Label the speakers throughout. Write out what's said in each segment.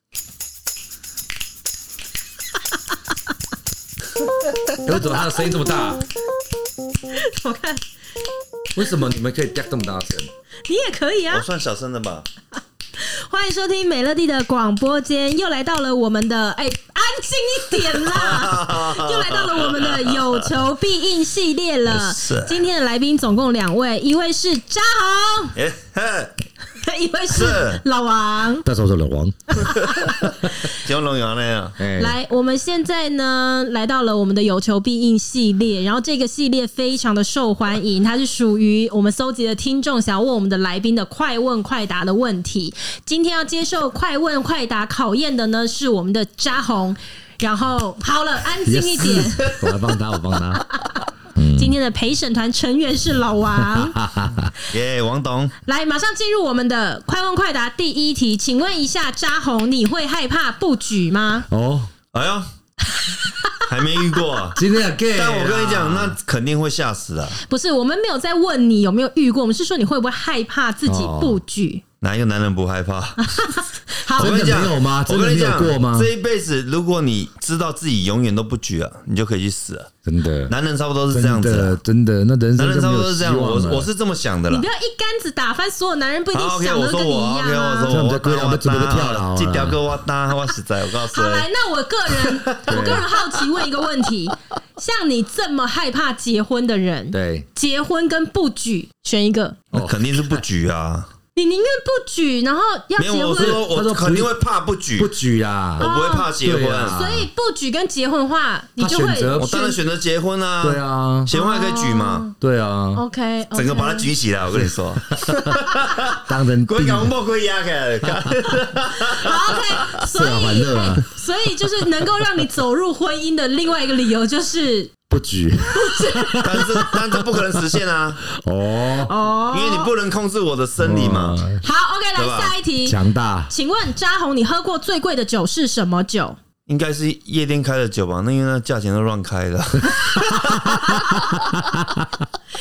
Speaker 1: 可是哎怎么他的声音这么大？
Speaker 2: 我看
Speaker 1: 为什么你们可以 g 这么大声？
Speaker 2: 你也可以
Speaker 3: 我
Speaker 2: 啊。
Speaker 3: 算小声的吧？
Speaker 2: 欢迎收听美乐蒂的广播间，又来到了我们的哎、安静一点 啦，又来到了我们的有求必应系列了
Speaker 3: 是。
Speaker 2: 今天的来宾总共两位，一位是嘉豪，
Speaker 3: 哎、嘿，
Speaker 2: 一位是
Speaker 3: 是
Speaker 2: 老王。
Speaker 1: 那时候是老王，
Speaker 3: 九龙园那样，
Speaker 1: 哎，
Speaker 2: 来，我们现在呢来到了我们的有求必应系列，然后这个系列非常的受欢迎，它是属于我们搜集的听众想要问我们的来宾的快问快答的问题。今天要接受快问快答考验的呢是我们的扎红，然后好了，安静一点。
Speaker 1: Yes，我来帮他，我帮他。
Speaker 2: 今天的陪审团成员是老王，
Speaker 3: 耶、王董，
Speaker 2: 来，马上进入我们的快问快答第一题，请问一下扎红，你会害怕布局吗？
Speaker 1: 哦，
Speaker 3: 哎呦，还没遇过、啊
Speaker 1: 今天也 gay，
Speaker 3: 但我跟你讲，
Speaker 1: 啦
Speaker 3: 那肯定会吓死啊的。
Speaker 2: 不是，我们没有在问你有没有遇过，我们是说你会不会害怕自
Speaker 3: 哦
Speaker 2: 己布局？
Speaker 3: 哪一个男人不害怕？
Speaker 2: 好
Speaker 3: 我，跟你
Speaker 1: 真
Speaker 3: 讲
Speaker 1: 的没有吗
Speaker 3: 我
Speaker 1: 真的
Speaker 3: 跟
Speaker 1: 没
Speaker 3: 你
Speaker 1: 有
Speaker 3: 讲
Speaker 1: 过吗
Speaker 3: 这一辈子，如果你知道自己永远都不举了，你就可以去死了。
Speaker 1: 真的，
Speaker 3: 男人差不多是
Speaker 1: 真
Speaker 3: 这样子
Speaker 1: 的，
Speaker 3: 啊，
Speaker 1: 真的，那人
Speaker 3: 男
Speaker 1: 生
Speaker 3: 人
Speaker 1: 就
Speaker 3: 差
Speaker 1: 没
Speaker 3: 不多
Speaker 1: 有
Speaker 3: 是
Speaker 1: 希
Speaker 3: 这样。
Speaker 1: 望啊
Speaker 3: 我
Speaker 1: 了。
Speaker 3: 我是这么想的
Speaker 2: 你
Speaker 3: 啦
Speaker 2: 不。要一竿子打翻所有男人，不一定
Speaker 3: 好，OK，
Speaker 2: 想
Speaker 3: 我
Speaker 2: 的跟
Speaker 3: 说
Speaker 2: 你一
Speaker 3: 我
Speaker 2: 样
Speaker 3: 哦，OK，我
Speaker 2: 啊。
Speaker 3: 说
Speaker 1: 这样
Speaker 3: 我
Speaker 1: 子归了我们准备
Speaker 3: 搭
Speaker 1: 跳了啊好了
Speaker 3: 这条哥我搭，我实在，我 告诉
Speaker 2: 好，
Speaker 3: 你，
Speaker 2: 来，那我个人，我个人好奇问一个问题：像你这么害怕结婚的人，
Speaker 1: 对，
Speaker 2: 结婚跟不举选一个，
Speaker 3: 那肯定是不举 啊。
Speaker 2: 你宁愿不举，然后要
Speaker 3: 没有，
Speaker 2: 结
Speaker 3: 我
Speaker 2: 婚
Speaker 3: 是，说
Speaker 1: 他说
Speaker 3: 我
Speaker 1: 不举
Speaker 3: 肯定会怕不举哦
Speaker 1: 不，举
Speaker 3: 啊
Speaker 1: 啊
Speaker 3: 我
Speaker 1: 啦。
Speaker 3: 不会怕结
Speaker 1: 对
Speaker 3: 婚
Speaker 1: 啊。
Speaker 2: 所以不举跟结婚的话，你就
Speaker 1: 他
Speaker 2: 会
Speaker 1: 选择
Speaker 3: 我当然选择结婚啊，
Speaker 1: 对，啊，
Speaker 3: 结婚还可以举
Speaker 2: 哦
Speaker 3: 嘛，
Speaker 1: 对啊，
Speaker 2: OK，
Speaker 3: 整个把它举起来。我跟 你说，
Speaker 1: 当人
Speaker 3: 鬼
Speaker 1: 定
Speaker 3: 搞莫啊鬼压开，
Speaker 2: 好 OK，所
Speaker 1: 啊玩
Speaker 2: 以
Speaker 1: 乐啊
Speaker 2: 所以就是能够让你走入婚姻的另外一个理由就是
Speaker 1: 不举。
Speaker 3: 但是但是不可能实现啊，
Speaker 1: 哦，
Speaker 2: 哦
Speaker 3: 因为你不能控制我的生理嘛。
Speaker 1: 哇
Speaker 2: 好 OK，来
Speaker 3: 对吧
Speaker 2: 下一题，
Speaker 1: 强大。
Speaker 2: 请问扎红，你喝过最贵的酒是什么酒？
Speaker 3: 应该是夜店开的酒吧，那因为那价钱都乱开的，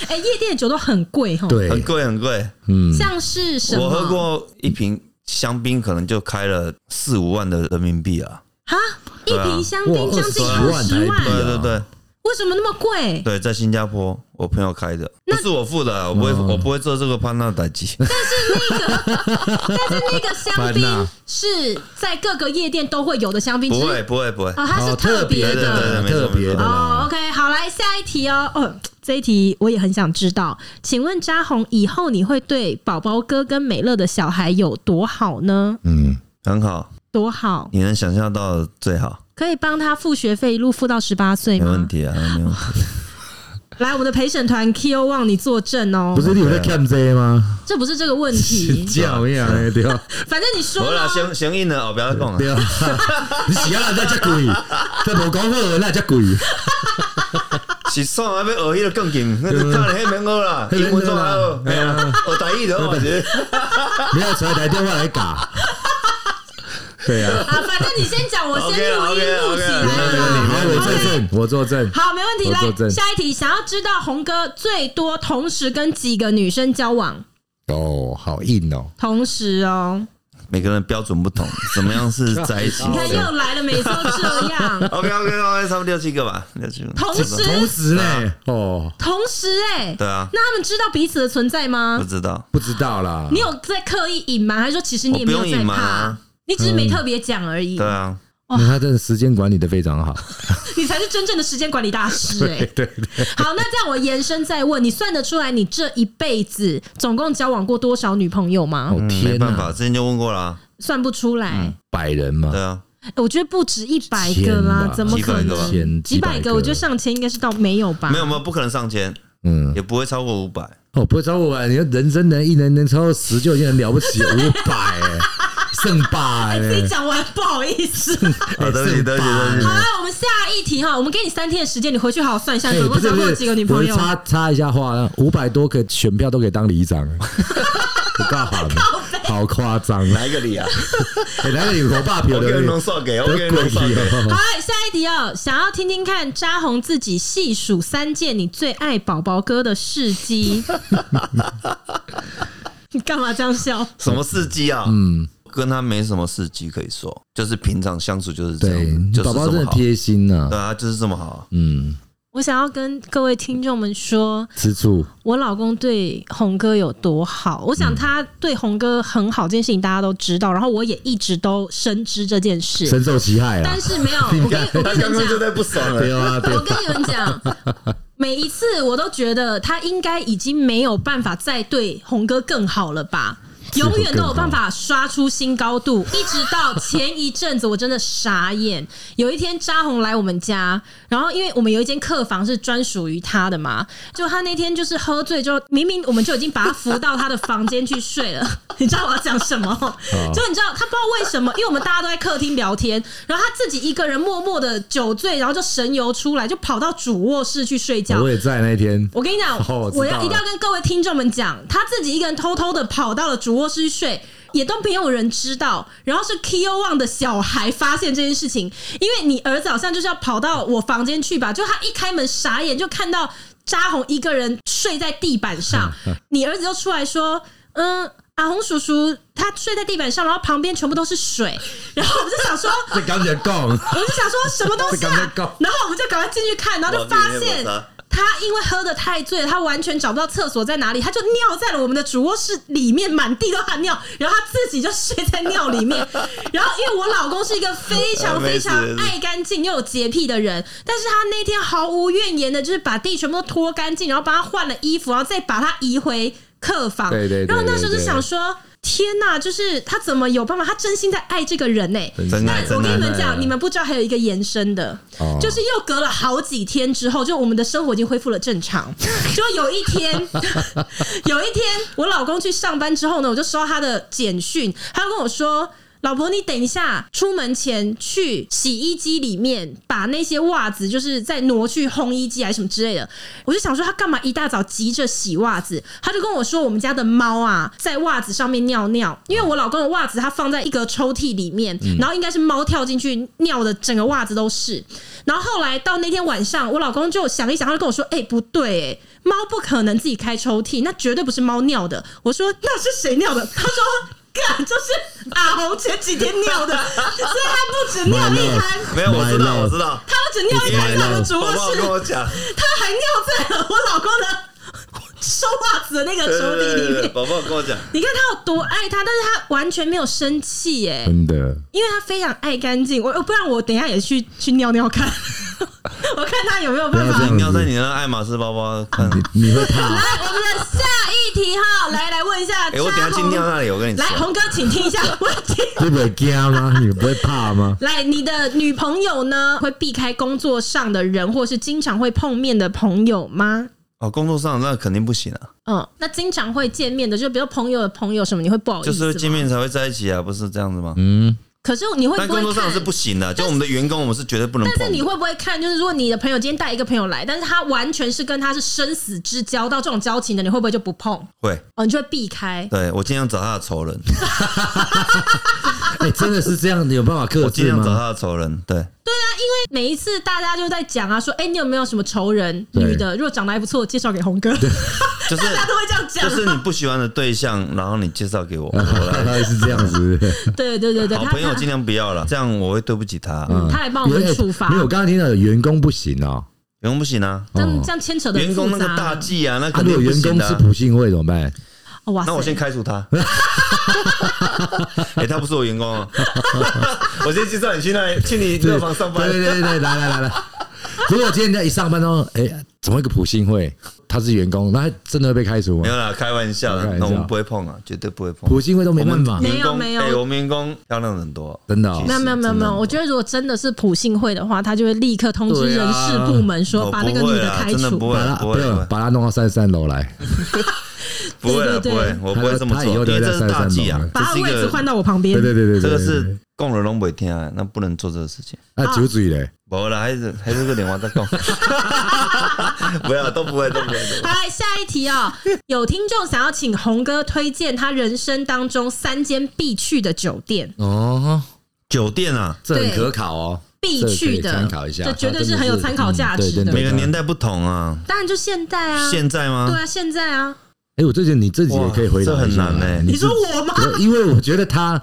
Speaker 2: 哎、夜店的酒都很贵哈，，
Speaker 3: 很
Speaker 1: 对，
Speaker 3: 贵很贵。
Speaker 1: 嗯，
Speaker 2: 像是什么？
Speaker 3: 我喝过一瓶香槟，可能就开了四五万的人民币啊。
Speaker 2: 啊，一瓶香槟
Speaker 1: 哇
Speaker 2: 将近
Speaker 1: 20
Speaker 2: 二
Speaker 1: 万
Speaker 2: 十
Speaker 1: 台币
Speaker 3: 对
Speaker 2: 万，
Speaker 3: 对对
Speaker 2: 为什么那么贵？
Speaker 3: 对，在新加坡，我朋友开的，不是我付的啊，我
Speaker 1: 哦
Speaker 3: 不会我不会做这个潘娜代机。
Speaker 2: 但是那个香
Speaker 1: 烦啊
Speaker 2: 槟
Speaker 1: 呐
Speaker 2: 是在各个夜店都会有的香槟，
Speaker 3: 不
Speaker 2: 只
Speaker 3: 会
Speaker 2: 是
Speaker 3: 不会不会，
Speaker 2: 哦，它是
Speaker 1: 哦
Speaker 2: 特别
Speaker 3: 对对
Speaker 2: 的。
Speaker 3: 对，没
Speaker 1: 特
Speaker 3: 错
Speaker 1: 别
Speaker 3: 没
Speaker 1: 的
Speaker 3: 错。
Speaker 2: 哦，OK，好，来下一题哦。哦，这一题我也很想知道，请问扎红以后你会对宝宝哥跟美乐的小孩有多好呢？
Speaker 1: 嗯，
Speaker 3: 很好，
Speaker 2: 多好，
Speaker 3: 你能想象到的最好，
Speaker 2: 可以帮他付学费，一路付到十八岁
Speaker 3: 没问
Speaker 2: 吗？
Speaker 3: 题啊，没问题。
Speaker 2: 来，我们的陪审团 Q 望你作证哦
Speaker 1: 不。是你有在看这吗？
Speaker 2: 这不是这个问 题，
Speaker 1: 叫呀，对吧？
Speaker 2: 反正你说
Speaker 3: 好啦，
Speaker 2: 了。
Speaker 3: 先先硬了，哦，不要讲了。
Speaker 1: 对啊，你喜欢人家只鬼，这无讲好，那只鬼，
Speaker 3: 是算啊，要学迄个钢琴，那就看了迄免学啦，英文怎还学？哎呀，学台语的话，
Speaker 1: 不要出来打电话来嘎。对啊，
Speaker 2: 啊，反正你先讲，我先录音
Speaker 3: OK，OK，OK，
Speaker 2: 录起来
Speaker 3: 没
Speaker 2: 了
Speaker 3: 问题没
Speaker 1: 好，
Speaker 2: 啦。
Speaker 3: 问题
Speaker 1: 我作证，我作证。
Speaker 2: 好，没问题。
Speaker 1: 我作
Speaker 2: 来，
Speaker 1: 证
Speaker 2: 下一题，想要知道红哥最多同时跟几个女生交往？
Speaker 1: 哦，好硬哦，
Speaker 2: 同时哦，
Speaker 3: 每个人标准不同，怎么样是在一起？。
Speaker 2: 你看又来了，每次都这样
Speaker 3: OK OK OK，差不多六七个吧，六七个。
Speaker 2: 同时，
Speaker 1: 同时呢，哦，
Speaker 2: 同时、哎，
Speaker 3: 对啊，
Speaker 2: 那他们知道彼此的存在
Speaker 3: 不
Speaker 2: 吗？
Speaker 3: 知道，
Speaker 1: 不知道啦
Speaker 2: 你。有在刻意隐瞒，还是说其实你也
Speaker 3: 我
Speaker 2: 没
Speaker 3: 不
Speaker 2: 有
Speaker 3: 用
Speaker 2: 在
Speaker 3: 隐瞒
Speaker 2: 怕
Speaker 3: 啊？
Speaker 2: 你只是没特别讲而已
Speaker 3: 对，啊，
Speaker 1: 那他真的时间管理的非常好，
Speaker 2: 你才是真正的时间管理大师哎、
Speaker 1: 对 对对，
Speaker 2: 好，那这样我延伸再问，你算得出来你这一辈子总共交往过多少女朋友吗？
Speaker 1: 哦
Speaker 3: 没
Speaker 1: 天
Speaker 3: 办法，
Speaker 1: 哪，
Speaker 3: 之前就问过了，啊
Speaker 2: 算不出
Speaker 3: 嗯
Speaker 2: 来、
Speaker 1: 百人嘛
Speaker 3: 对，啊，
Speaker 2: 哎我觉得不止一百
Speaker 1: 千
Speaker 2: 个啦
Speaker 1: 吧，
Speaker 2: 怎么
Speaker 3: 几百
Speaker 2: 可
Speaker 3: 个吧
Speaker 2: 能？
Speaker 1: 千
Speaker 2: 几
Speaker 1: 几百
Speaker 2: 百
Speaker 1: 个
Speaker 2: 个，我觉得上千应该是到没有吧？
Speaker 3: 没有没有，不可能上千，
Speaker 1: 嗯，
Speaker 3: 也不会超过五百。
Speaker 1: 哦，不会超过百，你看人生能一人能超过十就已经很了不起，五百 哎，剩八哎，
Speaker 2: 自己讲完不好意思。
Speaker 3: 好，哦对不起对不起对不起
Speaker 2: 好，啦，我们下一题哈，我们给你三天的时间，你回去好好算一下，
Speaker 1: 哎
Speaker 2: 总
Speaker 1: 不
Speaker 2: 共
Speaker 1: 是
Speaker 2: 交
Speaker 1: 不
Speaker 2: 过
Speaker 1: 是
Speaker 2: 几个女朋友
Speaker 1: 我？插插一下话，五百多个选票都可以当里长，不告好 你，好夸张！
Speaker 3: 哪一个你啊？
Speaker 1: 哎，来个有头霸皮
Speaker 3: 我
Speaker 1: 的
Speaker 3: 给
Speaker 1: 人
Speaker 3: 你，弄算给，我
Speaker 1: 都
Speaker 3: 给你弄算
Speaker 1: 鬼
Speaker 3: 给。
Speaker 2: 好
Speaker 1: 哦，
Speaker 2: 啦，下一题哦，想要听听看扎红自己细数三件你最爱宝宝哥的 事迹。你干嘛这样笑？
Speaker 3: 什么事迹啊？嗯，跟他没什么事迹可以说，就是平常相处就是这
Speaker 1: 对
Speaker 3: 样，，就是
Speaker 1: 宝宝
Speaker 3: 这
Speaker 1: 真
Speaker 3: 么
Speaker 1: 的
Speaker 3: 好，
Speaker 1: 贴心
Speaker 3: 对
Speaker 1: 呐、
Speaker 3: 啊，就是这么好。
Speaker 1: 嗯，
Speaker 2: 我想要跟各位听众们说，
Speaker 1: 吃醋，
Speaker 2: 我老公对红哥有多好，我想他对红哥很好这件事情大家都知道，然后我也一直都深知这件事，
Speaker 1: 深受其害啊
Speaker 2: 但。是没有， 我跟我跟你们讲，
Speaker 3: 在不爽
Speaker 1: 对啊，对
Speaker 2: 我跟你们讲，每一次我都觉得他应该已经没有办法再对红哥更好了吧。永远都有办法刷出新高度， 一直到前一阵子我真的傻眼。有一天扎红来我们家，然后因为我们有一间客房是专属于他的嘛，就他那天就是喝醉之后，明明我们就已经把他扶到他的房间去睡了， 你知道我要讲什么？就你知道他不知道为什么，因为我们大家都在客厅聊天，然后他自己一个人默默的酒醉，然后就神游出来，就跑到主卧室去睡觉。
Speaker 1: 我也在那一天，
Speaker 2: 我跟你讲，
Speaker 1: 哦我知道
Speaker 2: 我要
Speaker 1: 了
Speaker 2: 一定要跟各位听众们讲，他自己一个人偷偷的跑到了主卧室去睡。也都没有人知道，然后是 Ko One 的小孩发现这件事情，因为你儿子好像就是要跑到我房间去吧，就他一开门傻眼就看到扎红一个人睡在地板 上，你儿子就出来说：“嗯，阿红叔叔他睡在地板上，然后旁边全部都是水。”然后我们就想说，
Speaker 1: 这刚才讲，
Speaker 2: 我们就想说什么东西
Speaker 1: 这赶快
Speaker 2: 啊
Speaker 1: 告？
Speaker 2: 然后我们就赶快进去看，然后就发现他因为喝的太醉了，他完全找不到厕所在哪里，他就尿在了我们的主卧室里面，满地都他尿，然后他自己就睡在尿里 面。然后因为我老公是一个非常非常
Speaker 3: 哎没事没事
Speaker 2: 爱干净又有洁癖的人，但是他那天毫无怨言的，就是把地全部都拖干净，然后帮他换了衣服，然后再把他移回客房。
Speaker 1: 对对对
Speaker 2: 然后那时候就
Speaker 1: 对对
Speaker 2: 想说。天呐，就是他怎么有办法？他真心在爱这个人呢、欸
Speaker 3: 真
Speaker 2: 那
Speaker 3: 爱
Speaker 2: 哎我
Speaker 3: 真
Speaker 2: 跟你
Speaker 3: 爱，
Speaker 2: 们讲，你们不知道还有一个延伸的，
Speaker 1: 哦
Speaker 2: 就是又隔了好几天之后，就我们的生活已经恢复了正 常。就有一天，有一天我老公去上班之后呢，我就收到他的简讯，他就跟我说。老婆，你等一下，出门前去洗衣机里面把那些袜子，就是再挪去烘衣机还是什么之类的。我就想说，他干嘛一大早急着洗袜子？他就跟我说，我们家的猫啊，在袜子上面尿尿，因为我老公的袜子他放在一个抽屉里面，然后应该是猫跳进去尿的，整个袜子都是。然后后来到那天晚上，我老公就想一想，他就跟我说：“哎、不对、哎，猫不可能自己开抽屉，那绝对不是猫尿的。”我说：“那是谁尿的？”他说：“干，就是啊阿红前几天尿的，所以他不止尿一滩，
Speaker 3: 没有，我知道，我知道。
Speaker 2: 他不止尿一滩在我的主卧
Speaker 3: 宝宝
Speaker 2: 室
Speaker 3: 跟，我讲，
Speaker 2: 他还尿在了我老公的 收袜子的那个
Speaker 3: 对
Speaker 2: 抽屉里
Speaker 3: 对对对，
Speaker 2: 面。
Speaker 3: 宝宝跟我讲，
Speaker 2: 你看他有多爱他，但是他完全没有生气耶、
Speaker 1: 真的，
Speaker 2: 因为他非常爱干净。我不然我等一下也去去尿尿看， 我看他有没有办
Speaker 1: 不要
Speaker 2: 法
Speaker 1: 这样嗯
Speaker 3: 尿在你那爱马仕包包看。
Speaker 1: 你你会 怕？
Speaker 2: 来，哎我们的下一题哈，来来问一下，
Speaker 3: 哎、我等一下去尿
Speaker 2: 红，
Speaker 3: 那里，我跟你
Speaker 2: 来，
Speaker 3: 说。
Speaker 2: 红哥，请听一下 问题。
Speaker 1: 你不会惊吗？你不会怕吗？
Speaker 2: 来，你的女朋友呢，会避开工作上的人，或是经常会碰面的朋友吗？
Speaker 3: 哦，工作上那肯定不行啊，
Speaker 2: 嗯，那经常会见面的，就比如朋友的朋友什么，你会不好意
Speaker 3: 就
Speaker 2: 思吗？
Speaker 3: 是见面才会在一起啊，不是这样子吗？
Speaker 1: 嗯，
Speaker 2: 可是你会
Speaker 3: 但
Speaker 2: 不
Speaker 3: 工
Speaker 2: 会
Speaker 3: 作上
Speaker 2: 看？
Speaker 3: 是不行的，就我们的员工，我们是绝对不能碰的。
Speaker 2: 但是你会不会看？就是如果你的朋友今天带一个朋友来，但是他完全是跟他是生死之交到这种交情的，你会不会就不碰？
Speaker 3: 会？
Speaker 2: 哦，你就会避开。
Speaker 3: 对我尽量找他 的仇人，
Speaker 1: 哎、真的是这样，你有办法克
Speaker 3: 我尽
Speaker 1: 制
Speaker 3: 量找
Speaker 1: 吗？
Speaker 3: 他的仇人。对，
Speaker 2: 每一次大家就在讲啊，说哎、你有没有什么仇人？
Speaker 1: 对
Speaker 2: 女的，如果长得还不错，介绍给红哥，
Speaker 3: 就
Speaker 2: 大家
Speaker 3: 是
Speaker 2: 都会这样讲
Speaker 3: 就。是你不喜欢的对象，然后你介绍给我，
Speaker 1: 嗯
Speaker 3: 我 来。
Speaker 1: 是这样子，
Speaker 2: 对对对对，
Speaker 3: 好
Speaker 2: 他
Speaker 3: 朋友
Speaker 2: 他
Speaker 3: 尽量不要了，这样我会对不起他。
Speaker 1: 嗯
Speaker 2: 他还帮我们
Speaker 1: 因为
Speaker 2: 处罚
Speaker 1: 因为我刚刚听到有员工不行哦，
Speaker 3: 员工不行啊，
Speaker 2: 这样
Speaker 1: 哦
Speaker 2: 这样牵扯的
Speaker 3: 员工那个大忌啊，那
Speaker 1: 啊
Speaker 3: 肯
Speaker 1: 如
Speaker 3: 定
Speaker 1: 果
Speaker 3: 不
Speaker 1: 员
Speaker 3: 行
Speaker 1: 工
Speaker 3: 的
Speaker 1: 是
Speaker 3: 啊。
Speaker 1: 普信会怎么办？
Speaker 2: 哦哇塞！
Speaker 3: 那我先开除他。 哎，他不是我员工啊， 我先介绍你去那里去你乐房上班
Speaker 1: 对。对对对，来来来来。如果今天在一上班哦，哎、怎么会有个普信会？他是员工，那他真的会被开除吗？
Speaker 3: 没有啦，开玩笑
Speaker 1: 开
Speaker 3: 的
Speaker 1: 玩，笑
Speaker 3: 那我们不会碰啊，绝对不会碰。
Speaker 1: 普信会都没办法
Speaker 3: 我，们员工
Speaker 2: 没有没有
Speaker 3: 哎我们员工漂亮很多，
Speaker 1: 真的哦
Speaker 3: 其实
Speaker 2: 没有没有没有没
Speaker 3: 真的
Speaker 2: 有，
Speaker 3: 很
Speaker 2: 我觉得如果真的是普信会的话，他就会立刻通知
Speaker 1: 对啊
Speaker 2: 人事部门说
Speaker 3: 哦
Speaker 2: 把那个
Speaker 3: 不
Speaker 2: 女
Speaker 3: 会
Speaker 2: 的
Speaker 3: 啦
Speaker 2: 开
Speaker 3: 真的不
Speaker 2: 除
Speaker 3: 会。
Speaker 1: 把他
Speaker 3: 不会
Speaker 1: 不要
Speaker 3: 不会
Speaker 1: 把他弄到三十三楼来，
Speaker 3: 不会
Speaker 2: 对
Speaker 3: 啦不
Speaker 2: 对
Speaker 3: 会
Speaker 2: 对，
Speaker 3: 我不会这么
Speaker 1: 他以
Speaker 3: 做，因
Speaker 1: 后
Speaker 3: 为
Speaker 1: 都会
Speaker 3: 这是大忌
Speaker 1: 在
Speaker 3: 啊
Speaker 1: 三，
Speaker 3: 这
Speaker 2: 把他
Speaker 3: 是一
Speaker 2: 位置
Speaker 3: 个啊
Speaker 2: 换到我旁边
Speaker 1: 对，对对对对，
Speaker 3: 这个
Speaker 1: 对对
Speaker 3: 是供人拢袂听的，那不能做这个事情。
Speaker 1: 啊酒嘴嘞，
Speaker 3: 无啦，还是还是个电话在 讲，不要都不会都不会。都不会
Speaker 2: 好，来下一题哦。有听众想要请红哥推荐他人生当中三间必去的酒店，
Speaker 1: 哦，
Speaker 3: 酒店啊，
Speaker 1: 这
Speaker 2: 很
Speaker 1: 很
Speaker 2: 可
Speaker 1: 可考哦，
Speaker 2: 必去的，
Speaker 1: 这可以参考一下
Speaker 2: 这绝对是很有参考价值
Speaker 1: 真的是嗯
Speaker 2: 的
Speaker 1: 对真。
Speaker 3: 每个年代不同啊。
Speaker 2: 当然就现代啊，
Speaker 3: 现在吗
Speaker 2: 对？啊，现在啊，
Speaker 1: 哎，我最近你自己也可以回答
Speaker 3: 哇这很
Speaker 1: 一下啊
Speaker 3: 难欸
Speaker 4: 你
Speaker 1: 你自
Speaker 4: 说我吗？
Speaker 1: 对因为我觉得他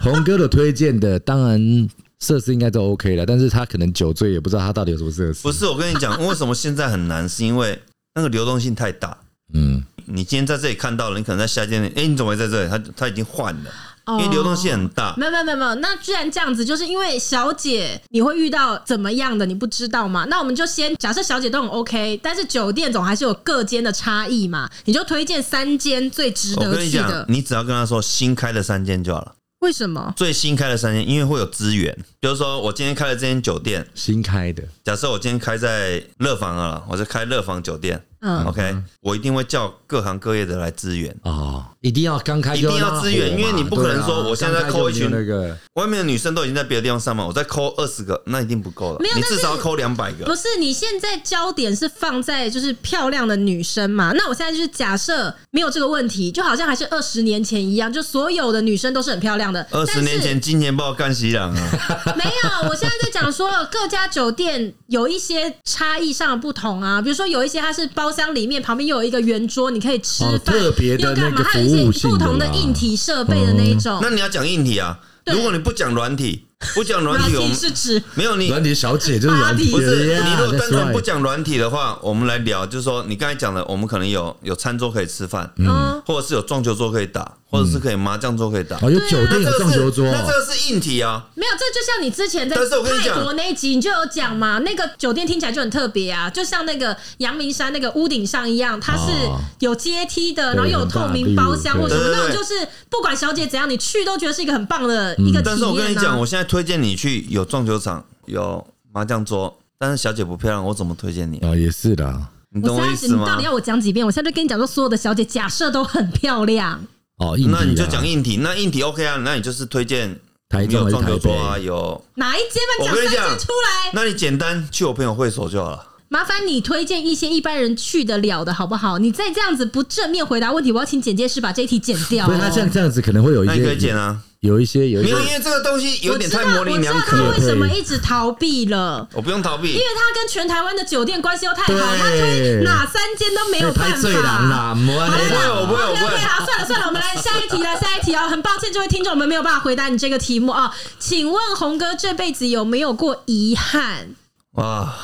Speaker 1: 红哥的推荐的，当然设施应该都 OK 了，但是他可能酒醉也不知道他到底有什么设施。
Speaker 3: 不是，我跟你讲，为什么现在很难，是因为那个流动性太大。
Speaker 1: 嗯，
Speaker 3: 你今天在这里看到了，你可能在下一间，哎、你怎么会在这里？他他已经换了，
Speaker 2: 哦
Speaker 3: 因为流动性很大。
Speaker 2: 没有没有没有没有，那既然这样子，就是因为小姐你会遇到怎么样的，你不知道嘛？那我们就先假设小姐都很 OK，但是酒店总还是有各间的差异嘛，你就推荐三间最值
Speaker 3: 我
Speaker 2: 得
Speaker 3: 跟你
Speaker 2: 去
Speaker 3: 讲
Speaker 2: 的，。
Speaker 3: 你只要跟他说新开的三间就好了，
Speaker 2: 为什么？
Speaker 3: 最新开的三间，因为会有资源。比如说，我今天开了这间酒店，
Speaker 1: 新开的，
Speaker 3: 假设我今天开在乐房好了，我是开乐房酒店、
Speaker 2: 嗯，
Speaker 3: o k 我一定会叫各行各业的来支援。
Speaker 1: 哦，一定要刚开就
Speaker 3: 一定要支援
Speaker 1: 拉火嘛
Speaker 3: 因为你不可能说
Speaker 1: 对啊
Speaker 3: 我现在
Speaker 1: 刚开
Speaker 3: 扣一
Speaker 1: 就没有
Speaker 3: 群
Speaker 1: 那个，
Speaker 3: 外面的女生都已经在别的地方上班，我再扣二十个，那一定不够了。
Speaker 2: 没有
Speaker 3: 你
Speaker 2: 但是
Speaker 3: 至少要扣两百
Speaker 2: 不
Speaker 3: 个。
Speaker 2: 是，你现在焦点是放在就是漂亮的女生嘛？那我现在就是假设没有这个问题，就好像还是二十年前一样，就所有的女生都是很漂亮的。
Speaker 3: 二
Speaker 2: 但是
Speaker 3: 十年前，金钱豹干喜朗啊，
Speaker 2: 没有，我现在在讲说各家酒店有一些差异上的不同啊，比如说有一些它是包厢里面旁边又有一个圆桌，你可以吃
Speaker 1: 哦
Speaker 2: 饭，
Speaker 1: 特别的
Speaker 2: 又干嘛
Speaker 1: 那个
Speaker 2: 还有一
Speaker 1: 服务
Speaker 2: 些
Speaker 1: 性
Speaker 2: 不
Speaker 1: 的
Speaker 2: 同的
Speaker 1: 啦
Speaker 2: 硬体设备的那一种
Speaker 3: 那。你要讲硬体啊。
Speaker 2: 哦对
Speaker 3: 如果你不讲软体，不讲软
Speaker 2: 软
Speaker 3: 体，我
Speaker 2: 体
Speaker 3: 们
Speaker 2: 是指
Speaker 3: 没有你
Speaker 1: 软体小姐就是软体，
Speaker 2: 不
Speaker 3: 不是，
Speaker 1: Yeah，
Speaker 3: 你如果
Speaker 1: that's
Speaker 3: 单纯不
Speaker 1: right
Speaker 3: 讲软体的话，我们来聊，就是说你刚才讲的，我们可能有有餐桌可以吃饭，
Speaker 2: 嗯
Speaker 3: 或者是有撞球桌可以打，或者是可以麻将桌可以打。
Speaker 1: 哦，有
Speaker 2: 对啊
Speaker 1: 酒
Speaker 3: 那
Speaker 1: 店
Speaker 3: 这
Speaker 1: 有
Speaker 3: 个
Speaker 1: 撞
Speaker 3: 是
Speaker 1: 球桌哦，
Speaker 3: 那这个是硬体啊。
Speaker 2: 没有，这就像你之前在
Speaker 3: 但是我跟你讲
Speaker 2: 泰国那一集你就有讲嘛，那个酒店听起来就很特别啊，就像那个阳明山那个屋顶上一样，它是
Speaker 1: 哦
Speaker 2: 有阶梯的，
Speaker 1: 对
Speaker 2: 然后又有透明包厢
Speaker 1: 很
Speaker 2: 或
Speaker 1: 大
Speaker 2: 什么，
Speaker 3: 对对
Speaker 2: 那
Speaker 3: 对
Speaker 2: 种就是不管小姐怎样，你去都觉得是一个很棒的一个体验、啊
Speaker 3: 但是我跟你讲，我现在推荐你去有撞球场，有麻将桌，但是小姐不漂亮，我怎么推荐你？
Speaker 1: 哦也是的，
Speaker 3: 你
Speaker 2: 我
Speaker 3: 懂我意
Speaker 2: 现在
Speaker 3: 思
Speaker 2: 你到
Speaker 3: 吗
Speaker 2: 底？要我讲几遍？我现在就跟你讲说，所有的小姐假设都很漂亮，
Speaker 1: 哦，硬体啊
Speaker 3: 那你就讲硬体，那硬体 OK 啊，那你就是推荐
Speaker 1: 台中
Speaker 3: 有
Speaker 1: 还是
Speaker 3: 撞
Speaker 1: 台
Speaker 3: 球桌啊，
Speaker 1: 北，
Speaker 3: 有，
Speaker 2: 哪一间嘛
Speaker 3: 我
Speaker 2: 讲
Speaker 3: 跟
Speaker 2: 三
Speaker 3: 你讲
Speaker 2: 间出来？
Speaker 3: 那你简单去我朋友会所就好了。
Speaker 2: 麻烦你推荐一些一般人去得了的好不好？你再这样子不正面回答问题，我要请简介师把这一题剪掉、哦
Speaker 1: 不是他像这样子可能会有一
Speaker 3: 那你可以
Speaker 1: 些
Speaker 3: 剪啊，
Speaker 1: 有一些有一
Speaker 3: 没
Speaker 1: 些
Speaker 3: 有，因为这个东西有点太模
Speaker 2: 我
Speaker 3: 棱
Speaker 2: 知道
Speaker 3: 两
Speaker 2: 我知道他
Speaker 3: 可
Speaker 2: 为，什么一直逃避了。
Speaker 3: 我不用逃避
Speaker 2: 因为。他跟全台湾的酒店关系又太好，
Speaker 1: 对
Speaker 2: 他推哪三间都没有办
Speaker 1: 拍啊
Speaker 2: 法。
Speaker 1: 醉狼啦，摩安
Speaker 3: 哎我不会，我不会，我
Speaker 2: OK
Speaker 3: 不
Speaker 2: OK，
Speaker 3: 会。
Speaker 2: 好，算了算了，我们来下一题了，下一题哦。很抱歉，这位听众，我们没有办法回答你这个题目啊、请问红哥这辈子有没有过遗憾？
Speaker 3: 哇，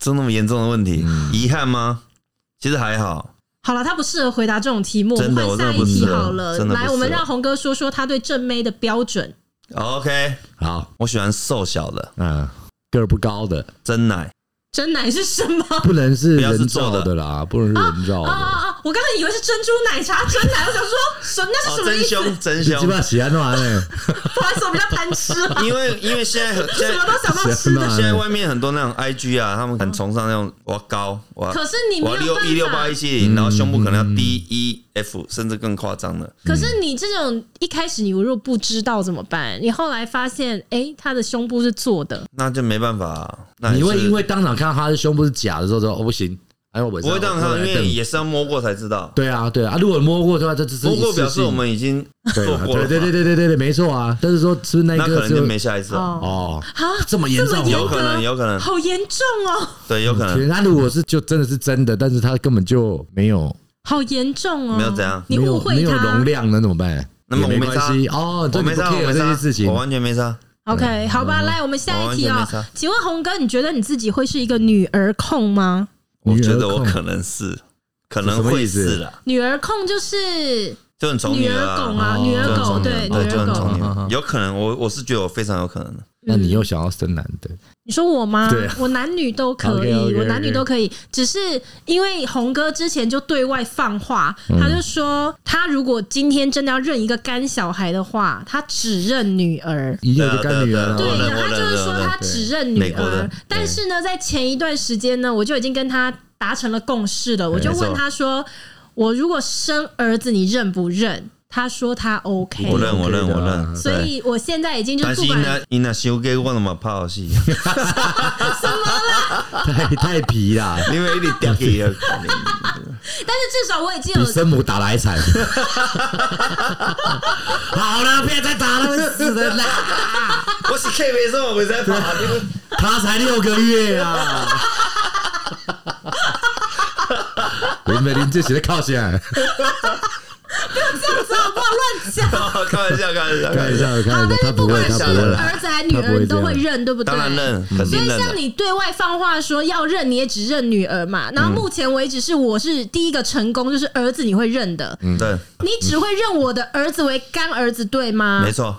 Speaker 3: 这那么严重的问题，
Speaker 1: 嗯
Speaker 3: 遗憾吗？其实还好，
Speaker 2: 好了，他不适合回答这种题目，我
Speaker 3: 真
Speaker 2: 们
Speaker 3: 的
Speaker 2: 换下一
Speaker 3: 我真的不
Speaker 2: 题
Speaker 3: 适合
Speaker 2: 好了。
Speaker 3: 真的不适合
Speaker 2: 来，我们让红哥说说他对正妹的标准。
Speaker 3: OK，
Speaker 1: 好，
Speaker 3: 我喜欢瘦小的
Speaker 1: 嗯，个儿不高的，
Speaker 3: 真奶，
Speaker 2: 真奶是什么？
Speaker 1: 不能是
Speaker 3: 不要是
Speaker 1: 人
Speaker 3: 做的啊
Speaker 1: 造的啦，不能是人造
Speaker 2: 哦
Speaker 1: 的，
Speaker 2: 哦哦！我刚才以为是珍珠奶茶真奶，我想说什那是
Speaker 3: 哦
Speaker 2: 什，么
Speaker 3: 真
Speaker 2: 意思？
Speaker 3: 凶，真
Speaker 1: 你基
Speaker 3: 凶
Speaker 1: 本。上喜欢啊哎玩 呢，
Speaker 2: 不好意思，我比较贪吃，什
Speaker 3: 因为因为现在很现
Speaker 2: 么
Speaker 3: 在
Speaker 2: 都想到吃
Speaker 1: 喜欢
Speaker 2: 的。
Speaker 1: 玩
Speaker 3: 现在
Speaker 1: 呢，
Speaker 3: 外面很多那种 IG 啊，他们很崇尚那
Speaker 1: 嗯
Speaker 3: 种我要高，我要
Speaker 2: 可是你没
Speaker 3: 我要
Speaker 2: 有
Speaker 3: 六一六八
Speaker 2: 办
Speaker 3: 一
Speaker 2: 法，
Speaker 3: 七零，然后胸部可能要 D E F，甚至更夸张的。
Speaker 2: 可是你这种一开始你如果不知道怎么办？你后来发现，哎，他的胸部是做的，
Speaker 3: 那就没办法啊。那也
Speaker 1: 你
Speaker 3: 是
Speaker 1: 会因为当场看到他的胸部是假的时候说哦不行，哎我
Speaker 3: 不会让他，因为也是要摸过才知道，
Speaker 1: 对啊对啊，啊如果摸过的话，这只是
Speaker 3: 摸过
Speaker 1: 一次
Speaker 3: 表示
Speaker 1: 性
Speaker 3: 我们已经
Speaker 1: 对
Speaker 3: 做
Speaker 1: 啊
Speaker 3: 过了
Speaker 1: 对
Speaker 3: 嘛，
Speaker 1: 对对对对对对，没错啊，但是说是不是那一
Speaker 3: 那可
Speaker 1: 个
Speaker 3: 能就没下一次了。
Speaker 2: 哦，
Speaker 1: 哦
Speaker 2: 啊
Speaker 1: 这么严重
Speaker 2: 这
Speaker 1: 啊
Speaker 2: 么严
Speaker 3: 有可能，有可能，
Speaker 2: 好严重哦，
Speaker 3: 对，有可能。
Speaker 1: 天，他啊如果是就真的是真的，但是他根本就没有
Speaker 2: 好严重哦，
Speaker 3: 没有怎样
Speaker 2: 你
Speaker 1: 没
Speaker 2: 误
Speaker 1: 有没
Speaker 2: 会
Speaker 1: 有容
Speaker 2: 他。
Speaker 1: 量，那怎么办？
Speaker 3: 那么
Speaker 1: 也没
Speaker 3: 我没
Speaker 1: 关
Speaker 3: 差
Speaker 1: 系哦，这
Speaker 3: 我
Speaker 1: 你
Speaker 3: 没
Speaker 1: 不
Speaker 3: 杀，我
Speaker 1: care
Speaker 3: 没
Speaker 1: 这
Speaker 3: 杀
Speaker 1: 件事情
Speaker 3: 我，完全没杀。
Speaker 2: OK，好吧，来，我们下一题哦
Speaker 3: 我嗯完全没差。
Speaker 2: 请问红哥，你觉得你自己会是一个女儿控吗？
Speaker 3: 我
Speaker 1: 女儿
Speaker 3: 觉得我
Speaker 1: 控
Speaker 3: 可能是，可能
Speaker 1: 什么
Speaker 3: 会
Speaker 1: 意思
Speaker 3: 是啦，
Speaker 2: 女儿控就是
Speaker 3: 就很宠
Speaker 2: 女
Speaker 3: 儿
Speaker 2: 儿
Speaker 3: 啊
Speaker 2: 拱啊，
Speaker 1: 哦
Speaker 2: 女儿
Speaker 3: 就很
Speaker 2: 狗，
Speaker 3: 宠
Speaker 2: 对，
Speaker 3: 女
Speaker 2: 女
Speaker 3: 儿对，就
Speaker 2: 儿
Speaker 3: 很宠
Speaker 2: 狗。
Speaker 3: 女
Speaker 1: 嗯嗯
Speaker 3: 儿
Speaker 1: 嗯，
Speaker 3: 有可能，我我是觉得我非常有可能的。
Speaker 1: 那你又想要生男的，
Speaker 2: 你说我吗
Speaker 1: 对啊？
Speaker 2: 我男女都可以，
Speaker 1: OK，OK，OK
Speaker 2: 我男女都可以。只是因为红哥之前就对外放话，
Speaker 1: 嗯
Speaker 2: 他就说他如果今天真的要认一个干小孩的话，他只认女儿。
Speaker 1: 一定有个干女人啊
Speaker 3: 对
Speaker 2: 对，
Speaker 3: 我认
Speaker 2: 然后他
Speaker 3: 我认
Speaker 2: 就是
Speaker 3: 我
Speaker 2: 说
Speaker 3: 认
Speaker 2: 他只认女
Speaker 3: 美国
Speaker 2: 儿
Speaker 3: 的，
Speaker 2: 但是呢，在前一段时间呢，我就已经跟他达成了共识了。我就问他说：“我如果生儿子，你认不认？”他说他 OK，
Speaker 3: 我认，我
Speaker 1: OK 的
Speaker 3: 认，我
Speaker 1: 啊
Speaker 3: 认。
Speaker 2: 所
Speaker 3: 对，
Speaker 2: 以我现在已经就
Speaker 3: 但
Speaker 2: 是
Speaker 3: 是
Speaker 2: 不
Speaker 3: 因
Speaker 2: 管
Speaker 3: 那因那修给我那么怕戏，
Speaker 1: 太太皮啦，
Speaker 3: 因为一直掉给啊。
Speaker 2: 但是至少我已经
Speaker 1: 比
Speaker 2: 有
Speaker 1: 生母打来惨。好了，别再打了，死人啦！
Speaker 3: 我是 K 没说，我没在怕，你们
Speaker 1: 他才六个月啊！林美玲这写的靠起来，
Speaker 2: 这样子好不好乱讲？
Speaker 3: 开玩笑，开玩笑，
Speaker 1: 开
Speaker 3: 开
Speaker 1: 玩
Speaker 3: 玩笑。
Speaker 1: 笑，开玩笑，他
Speaker 2: 不
Speaker 1: 不会，
Speaker 2: 管
Speaker 1: 他
Speaker 2: 是
Speaker 1: 不会，
Speaker 2: 儿子还是女儿，你都会认，对不对？
Speaker 3: 当然认，肯
Speaker 2: 所
Speaker 3: 定
Speaker 2: 以
Speaker 3: 认
Speaker 2: 像
Speaker 3: 的。
Speaker 2: 你对外放话说要认，你也只认女儿嘛。
Speaker 1: 嗯
Speaker 2: 然后目前为止是我是第一个成功，就是儿子你会认的，
Speaker 1: 嗯
Speaker 3: 对，
Speaker 2: 你只会认我的儿子为干儿子，对吗
Speaker 3: 没？错，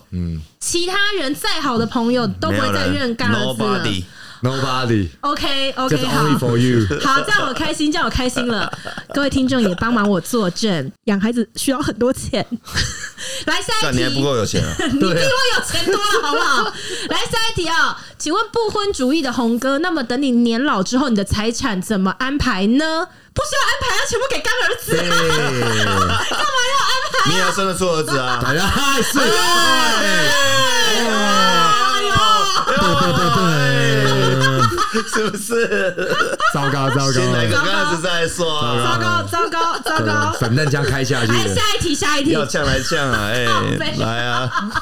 Speaker 2: 其他人再好的朋友都
Speaker 3: 没
Speaker 2: 不
Speaker 3: 有
Speaker 2: 会再认
Speaker 3: 人
Speaker 2: 干儿子了。
Speaker 3: Nobody，
Speaker 1: Nobody，
Speaker 2: OK
Speaker 1: 这
Speaker 2: OK，
Speaker 1: 是 only
Speaker 2: 好。
Speaker 1: for you。
Speaker 2: 好，这样我开心，这样我开心了。各位听众也帮忙我作证，养孩子需要很多钱。 来，下
Speaker 3: 但
Speaker 2: 一
Speaker 3: 你
Speaker 2: 题，
Speaker 3: 还不够有钱啊！
Speaker 2: 你比我有钱多了，好不好？来下一题啊、请问不婚主义的红哥，那么等你年老之后，你的财产怎么安排呢？不需要安排，要啊全部给干儿子。
Speaker 3: 啊
Speaker 1: 对，
Speaker 3: 你也要生得出儿子啊！
Speaker 1: 大家嗨是，哎
Speaker 3: 哎呦哎
Speaker 1: 对，
Speaker 3: 是不是？
Speaker 1: 糟糕糟
Speaker 3: 先来个
Speaker 1: 糕，
Speaker 3: 刚开始再说啊，
Speaker 2: 糟糕，糟糕，糟糕！
Speaker 1: 散弹枪开下去
Speaker 2: 来
Speaker 1: 了
Speaker 2: 下。一题，下一题，
Speaker 3: 要呛来呛啊！哎
Speaker 2: 背，
Speaker 3: 来啊！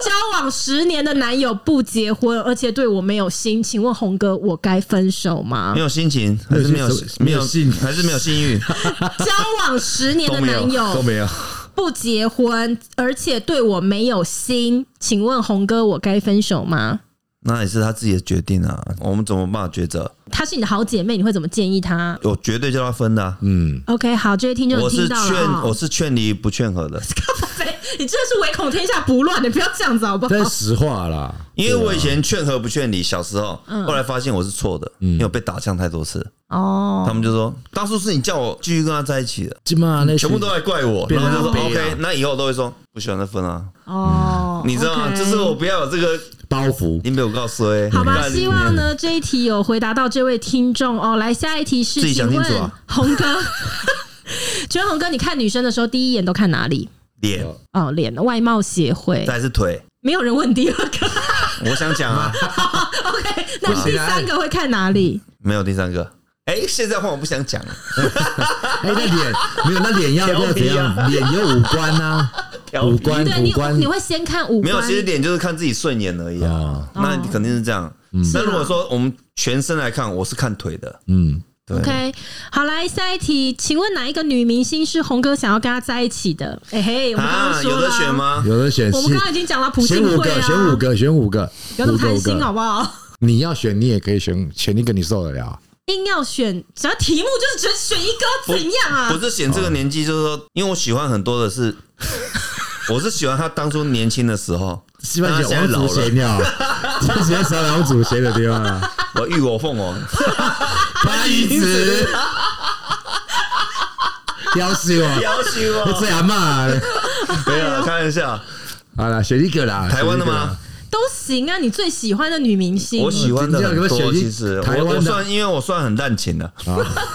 Speaker 2: 交往十年的男友不结婚，而且对我没有心，请问红哥，我该分手吗
Speaker 3: 没？有心情，还是没有
Speaker 1: 没
Speaker 3: 没
Speaker 1: 有
Speaker 3: 有
Speaker 1: 性
Speaker 3: 还是没有性 欲，
Speaker 2: 交往十年
Speaker 3: 都
Speaker 2: 的
Speaker 3: 没有
Speaker 2: 男友
Speaker 3: 都没有。
Speaker 2: 不结婚，而且对我没有心，请问红哥，我该分手吗？
Speaker 3: 那也是他自己的决定啊，我们怎么办法抉择？
Speaker 2: 她是你的好姐妹，你会怎么建议她
Speaker 3: 我绝对叫他分的啊。
Speaker 1: 嗯，
Speaker 2: ？OK，好，这位听众
Speaker 3: 我
Speaker 2: 听
Speaker 3: 是
Speaker 2: 到了
Speaker 3: 劝
Speaker 2: 啊、
Speaker 3: 我是劝离不劝和的，
Speaker 2: 菲你真的是唯恐天下不乱，你不要这样子好不好
Speaker 1: 但？是实话啦，
Speaker 3: 因为我以前劝和不劝离，小时候，
Speaker 2: 嗯
Speaker 3: 后来发现我是错的，因为我被打枪太多次，他
Speaker 2: 哦，
Speaker 3: 们就说当初是你叫我继续跟他在一起的，
Speaker 1: 基本上那
Speaker 3: 全部都来怪我，然后就说
Speaker 1: 变成阿北啊
Speaker 3: OK，那以后我都会说不喜欢再分啊，
Speaker 2: 哦，
Speaker 3: 你知道吗？
Speaker 2: OK
Speaker 3: 就是我不要有这个，
Speaker 1: 包袱。
Speaker 3: 你没有告诉哎，
Speaker 2: 好吧，
Speaker 3: 干
Speaker 2: 希望呢这一题有回答到这位听众哦。来，下一题是，
Speaker 3: 自己
Speaker 2: 请
Speaker 3: 想清楚
Speaker 2: 问、
Speaker 3: 啊
Speaker 2: 红 哥，请问红哥，你看女生的时候，第一眼都看哪里？
Speaker 3: 脸，
Speaker 2: 哦，脸，外貌协会，
Speaker 3: 再来是腿，
Speaker 2: 没有人问第二个。
Speaker 3: 我想讲啊，
Speaker 2: OK，那你第三个会看哪里？
Speaker 3: 没有第三个。哎，现在换我不想讲了，
Speaker 1: 哎，那脸没有，那脸要要怎样？脸有五官呐，五官
Speaker 2: 对
Speaker 1: 五
Speaker 2: 你
Speaker 1: 官
Speaker 2: 你会先看五官，
Speaker 3: 没有，其实脸就是看自己顺眼而已啊
Speaker 1: 啊。
Speaker 3: 那肯定是这样。那如果说我们全身来看，我是看腿的，
Speaker 1: 嗯，
Speaker 3: 对
Speaker 2: OK，好来下一题，请问哪一个女明星是红哥想要跟她在一起的？哎、嘿，我们刚
Speaker 3: 啊，
Speaker 2: 刚说
Speaker 3: 有
Speaker 2: 了、
Speaker 3: 的选？吗？
Speaker 1: 有的选
Speaker 2: 我们刚刚已经讲了朴
Speaker 1: 选
Speaker 2: 信
Speaker 1: 五
Speaker 2: 惠
Speaker 1: 个，
Speaker 2: 啊，
Speaker 1: 选五个，选五个，
Speaker 2: 不要那么贪
Speaker 1: 五
Speaker 2: 心哦
Speaker 1: 个
Speaker 2: 好不好？
Speaker 1: 你要选，你也可以选，选一个你受得了。
Speaker 2: 硬要选，只要题目就是只能选一个，怎样啊
Speaker 3: 不？是选这个年纪，就是说，因为我喜欢很多的是， 我是喜欢他当初年轻的时候，
Speaker 1: 西班牙
Speaker 3: 但他现在
Speaker 1: 王
Speaker 3: 老
Speaker 1: 祖贤
Speaker 3: 了，
Speaker 1: 鸟，这些是王祖贤的地方啊。
Speaker 3: 我浴火凤凰，
Speaker 1: 潘一子， 屌死我！
Speaker 3: 要
Speaker 1: 我
Speaker 3: 求
Speaker 1: 最啊阿妈，
Speaker 3: 没有啦，开玩笑，
Speaker 1: 好了，选一个啦，
Speaker 3: 台湾的
Speaker 1: 选一个
Speaker 3: 吗
Speaker 1: 啦？？
Speaker 2: 都行啊，你最喜欢的女明星
Speaker 3: 我，喜欢的很多，其实
Speaker 1: 台
Speaker 3: 我
Speaker 1: 湾的啊
Speaker 3: 我算，因为我算很滥情的，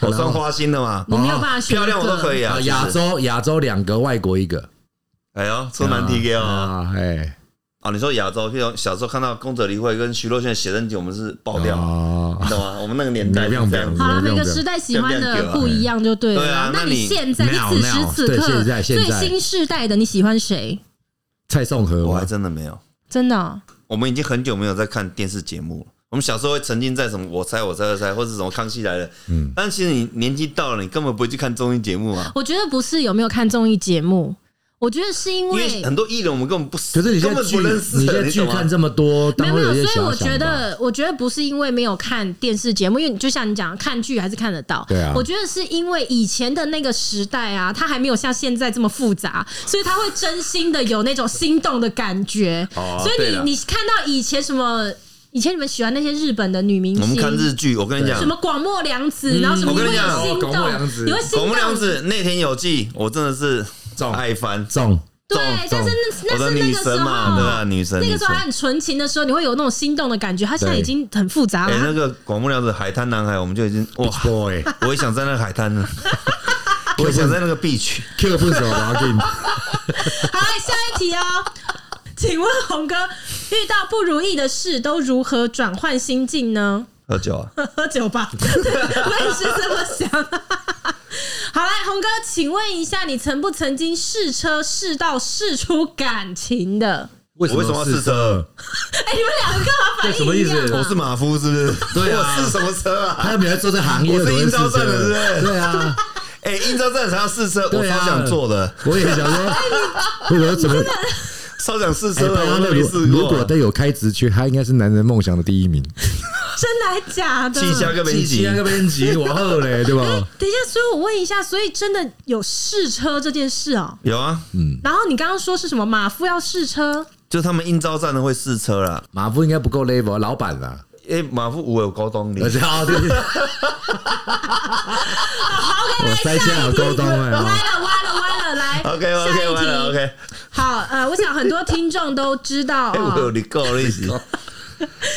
Speaker 3: 我算花心的嘛，
Speaker 2: 你没有办法选一
Speaker 3: 漂
Speaker 2: 个
Speaker 3: 亮我都可以啊
Speaker 1: 啊，，亚
Speaker 3: 其实，
Speaker 1: 洲亚洲两个，外国一个。
Speaker 3: 哎呦，出难题给我啊。
Speaker 1: 啊，哎，
Speaker 3: 啊，你说亚洲，譬如小时候看到宫泽理惠跟徐若瑄的写真集，我们是爆掉，
Speaker 1: 哦
Speaker 3: 你，懂吗？我们那个年代是
Speaker 1: 没有
Speaker 3: 这样子
Speaker 2: 好。了，
Speaker 1: 没
Speaker 2: 每
Speaker 1: 有
Speaker 2: 个
Speaker 1: 没有
Speaker 2: 时代喜欢的不一样就对
Speaker 3: 对
Speaker 2: 了
Speaker 3: 啊。
Speaker 2: 那
Speaker 3: 那
Speaker 2: 你
Speaker 3: 你
Speaker 2: 现在，你
Speaker 1: now，
Speaker 2: 此时
Speaker 1: now，
Speaker 2: 此
Speaker 1: 对
Speaker 2: 刻
Speaker 1: 现在现
Speaker 2: 最
Speaker 1: 在
Speaker 2: 新世代的，你喜欢谁？
Speaker 1: 蔡颂和
Speaker 3: 我还
Speaker 1: 吗，
Speaker 3: 真的没有，
Speaker 2: 真的哦、
Speaker 3: 我们已经很久没有在看电视节目了。我们小时候会沉浸在什么“我猜我猜我猜”或是什么《康熙来了》，嗯，但其实你年纪到了，你根本不会去看综艺节目啊，
Speaker 2: 我觉得不是有没有看综艺节目，我觉得是因
Speaker 3: 因
Speaker 2: 为
Speaker 3: 为很多艺人我们根本不，
Speaker 1: 可是你现在
Speaker 3: 根本
Speaker 1: 剧，
Speaker 3: 不认识，啊
Speaker 1: 你现在剧
Speaker 3: 懂吗
Speaker 1: 看这么多，
Speaker 2: 没
Speaker 1: 当
Speaker 2: 有没
Speaker 1: 然
Speaker 2: 有，
Speaker 1: 有一些
Speaker 2: 所以我
Speaker 1: 遐想吧
Speaker 2: 觉得，我觉得不是因为没有看电视节目，因为就像你讲，看剧还是看得到。
Speaker 1: 对啊
Speaker 2: 我觉得是因为以前的那个时代啊，它还没有像现在这么复杂，所以他会真心的有那种心动的感觉。
Speaker 3: 哦
Speaker 2: 所以
Speaker 3: 对啦
Speaker 2: 你你看到以前什么，以前你们喜欢那些日本的女明
Speaker 3: 我
Speaker 2: 星，
Speaker 3: 们看日剧，我跟你讲
Speaker 2: 什，么广末凉子，然后什么
Speaker 3: 我跟
Speaker 2: 会
Speaker 3: 你讲
Speaker 2: 心
Speaker 1: 哦广末
Speaker 2: 动
Speaker 1: 凉子，
Speaker 2: 你会心
Speaker 3: 广
Speaker 2: 动
Speaker 3: 木良子、内田有纪，我真的是
Speaker 1: 中
Speaker 3: 爱翻，
Speaker 1: 中，
Speaker 2: 对
Speaker 3: 中，
Speaker 2: 但是那
Speaker 3: 我
Speaker 2: 那
Speaker 3: 的
Speaker 2: 是那
Speaker 3: 女
Speaker 2: 个时
Speaker 3: 神
Speaker 2: 候
Speaker 3: 嘛，对吧？女神，
Speaker 2: 那
Speaker 3: 女
Speaker 2: 个时候
Speaker 3: 神
Speaker 2: 还。很纯情的时候，你会有那种心动的感觉。他现在
Speaker 1: 对
Speaker 2: 已经很复杂
Speaker 3: 哎、
Speaker 2: 了
Speaker 3: 那。个广木凉子《海滩男孩》，我们就已 经哇，
Speaker 1: boy，
Speaker 3: 我也想在那个海滩呢， 我也想在那个 beach。
Speaker 1: Q 分手，我要给你。
Speaker 2: 好，下一题哦。请问红哥遇到不如意的事都如何转换心境呢？
Speaker 3: 喝酒啊，
Speaker 2: 喝酒吧， 我也是这么想。好来，红哥，请问一下，你曾不曾经试车试到试出感情的？
Speaker 1: 为
Speaker 3: 我为什么要试车？
Speaker 2: 哎、哎，你们两个干嘛反应
Speaker 1: 对什么意思
Speaker 2: 一样啊
Speaker 3: 我是马夫是不是？
Speaker 1: 对啊
Speaker 3: 我是什么车啊？
Speaker 1: 他又没有在做这行业，
Speaker 3: 我是应招站的
Speaker 1: 怎么会试
Speaker 3: 是不
Speaker 1: 车
Speaker 3: 是
Speaker 1: 对啊，
Speaker 3: 哎，应招站才要试车， 我
Speaker 1: 对啊
Speaker 3: 超想坐的，
Speaker 1: 我也想 说，为什么怎么？
Speaker 3: 超想试
Speaker 1: 哎
Speaker 3: 车的，
Speaker 1: 拜
Speaker 3: 我
Speaker 1: 拉
Speaker 3: 都
Speaker 1: 勒
Speaker 3: 没
Speaker 1: 如
Speaker 3: 试
Speaker 1: 如果
Speaker 3: 过。啊
Speaker 1: 都有开直缺，他应该是男人梦想的第一名。
Speaker 2: 真的还假的？
Speaker 3: 气象个
Speaker 1: 七
Speaker 3: 边
Speaker 1: 七
Speaker 3: 级
Speaker 1: 那，个编辑往后 嘞，对吧？
Speaker 2: 等一下，所以我问一下，所以真的有试车这件事哦、
Speaker 3: 有啊，
Speaker 2: 然后你刚刚说是什么马夫要试车？
Speaker 3: 就他们应招站的会试车啦。
Speaker 1: 马夫应该不够 level，老板啦。
Speaker 3: 哎，马夫我有高动 力
Speaker 1: 而，且啊，对，我塞进好沟通哎
Speaker 2: 歪了
Speaker 1: 啊，
Speaker 2: 歪了歪了，来
Speaker 3: OK OK 完了 OK，
Speaker 2: 好，呃，我想很多听众都知道
Speaker 3: 哎，我有
Speaker 2: 哦。
Speaker 3: 你够 力气，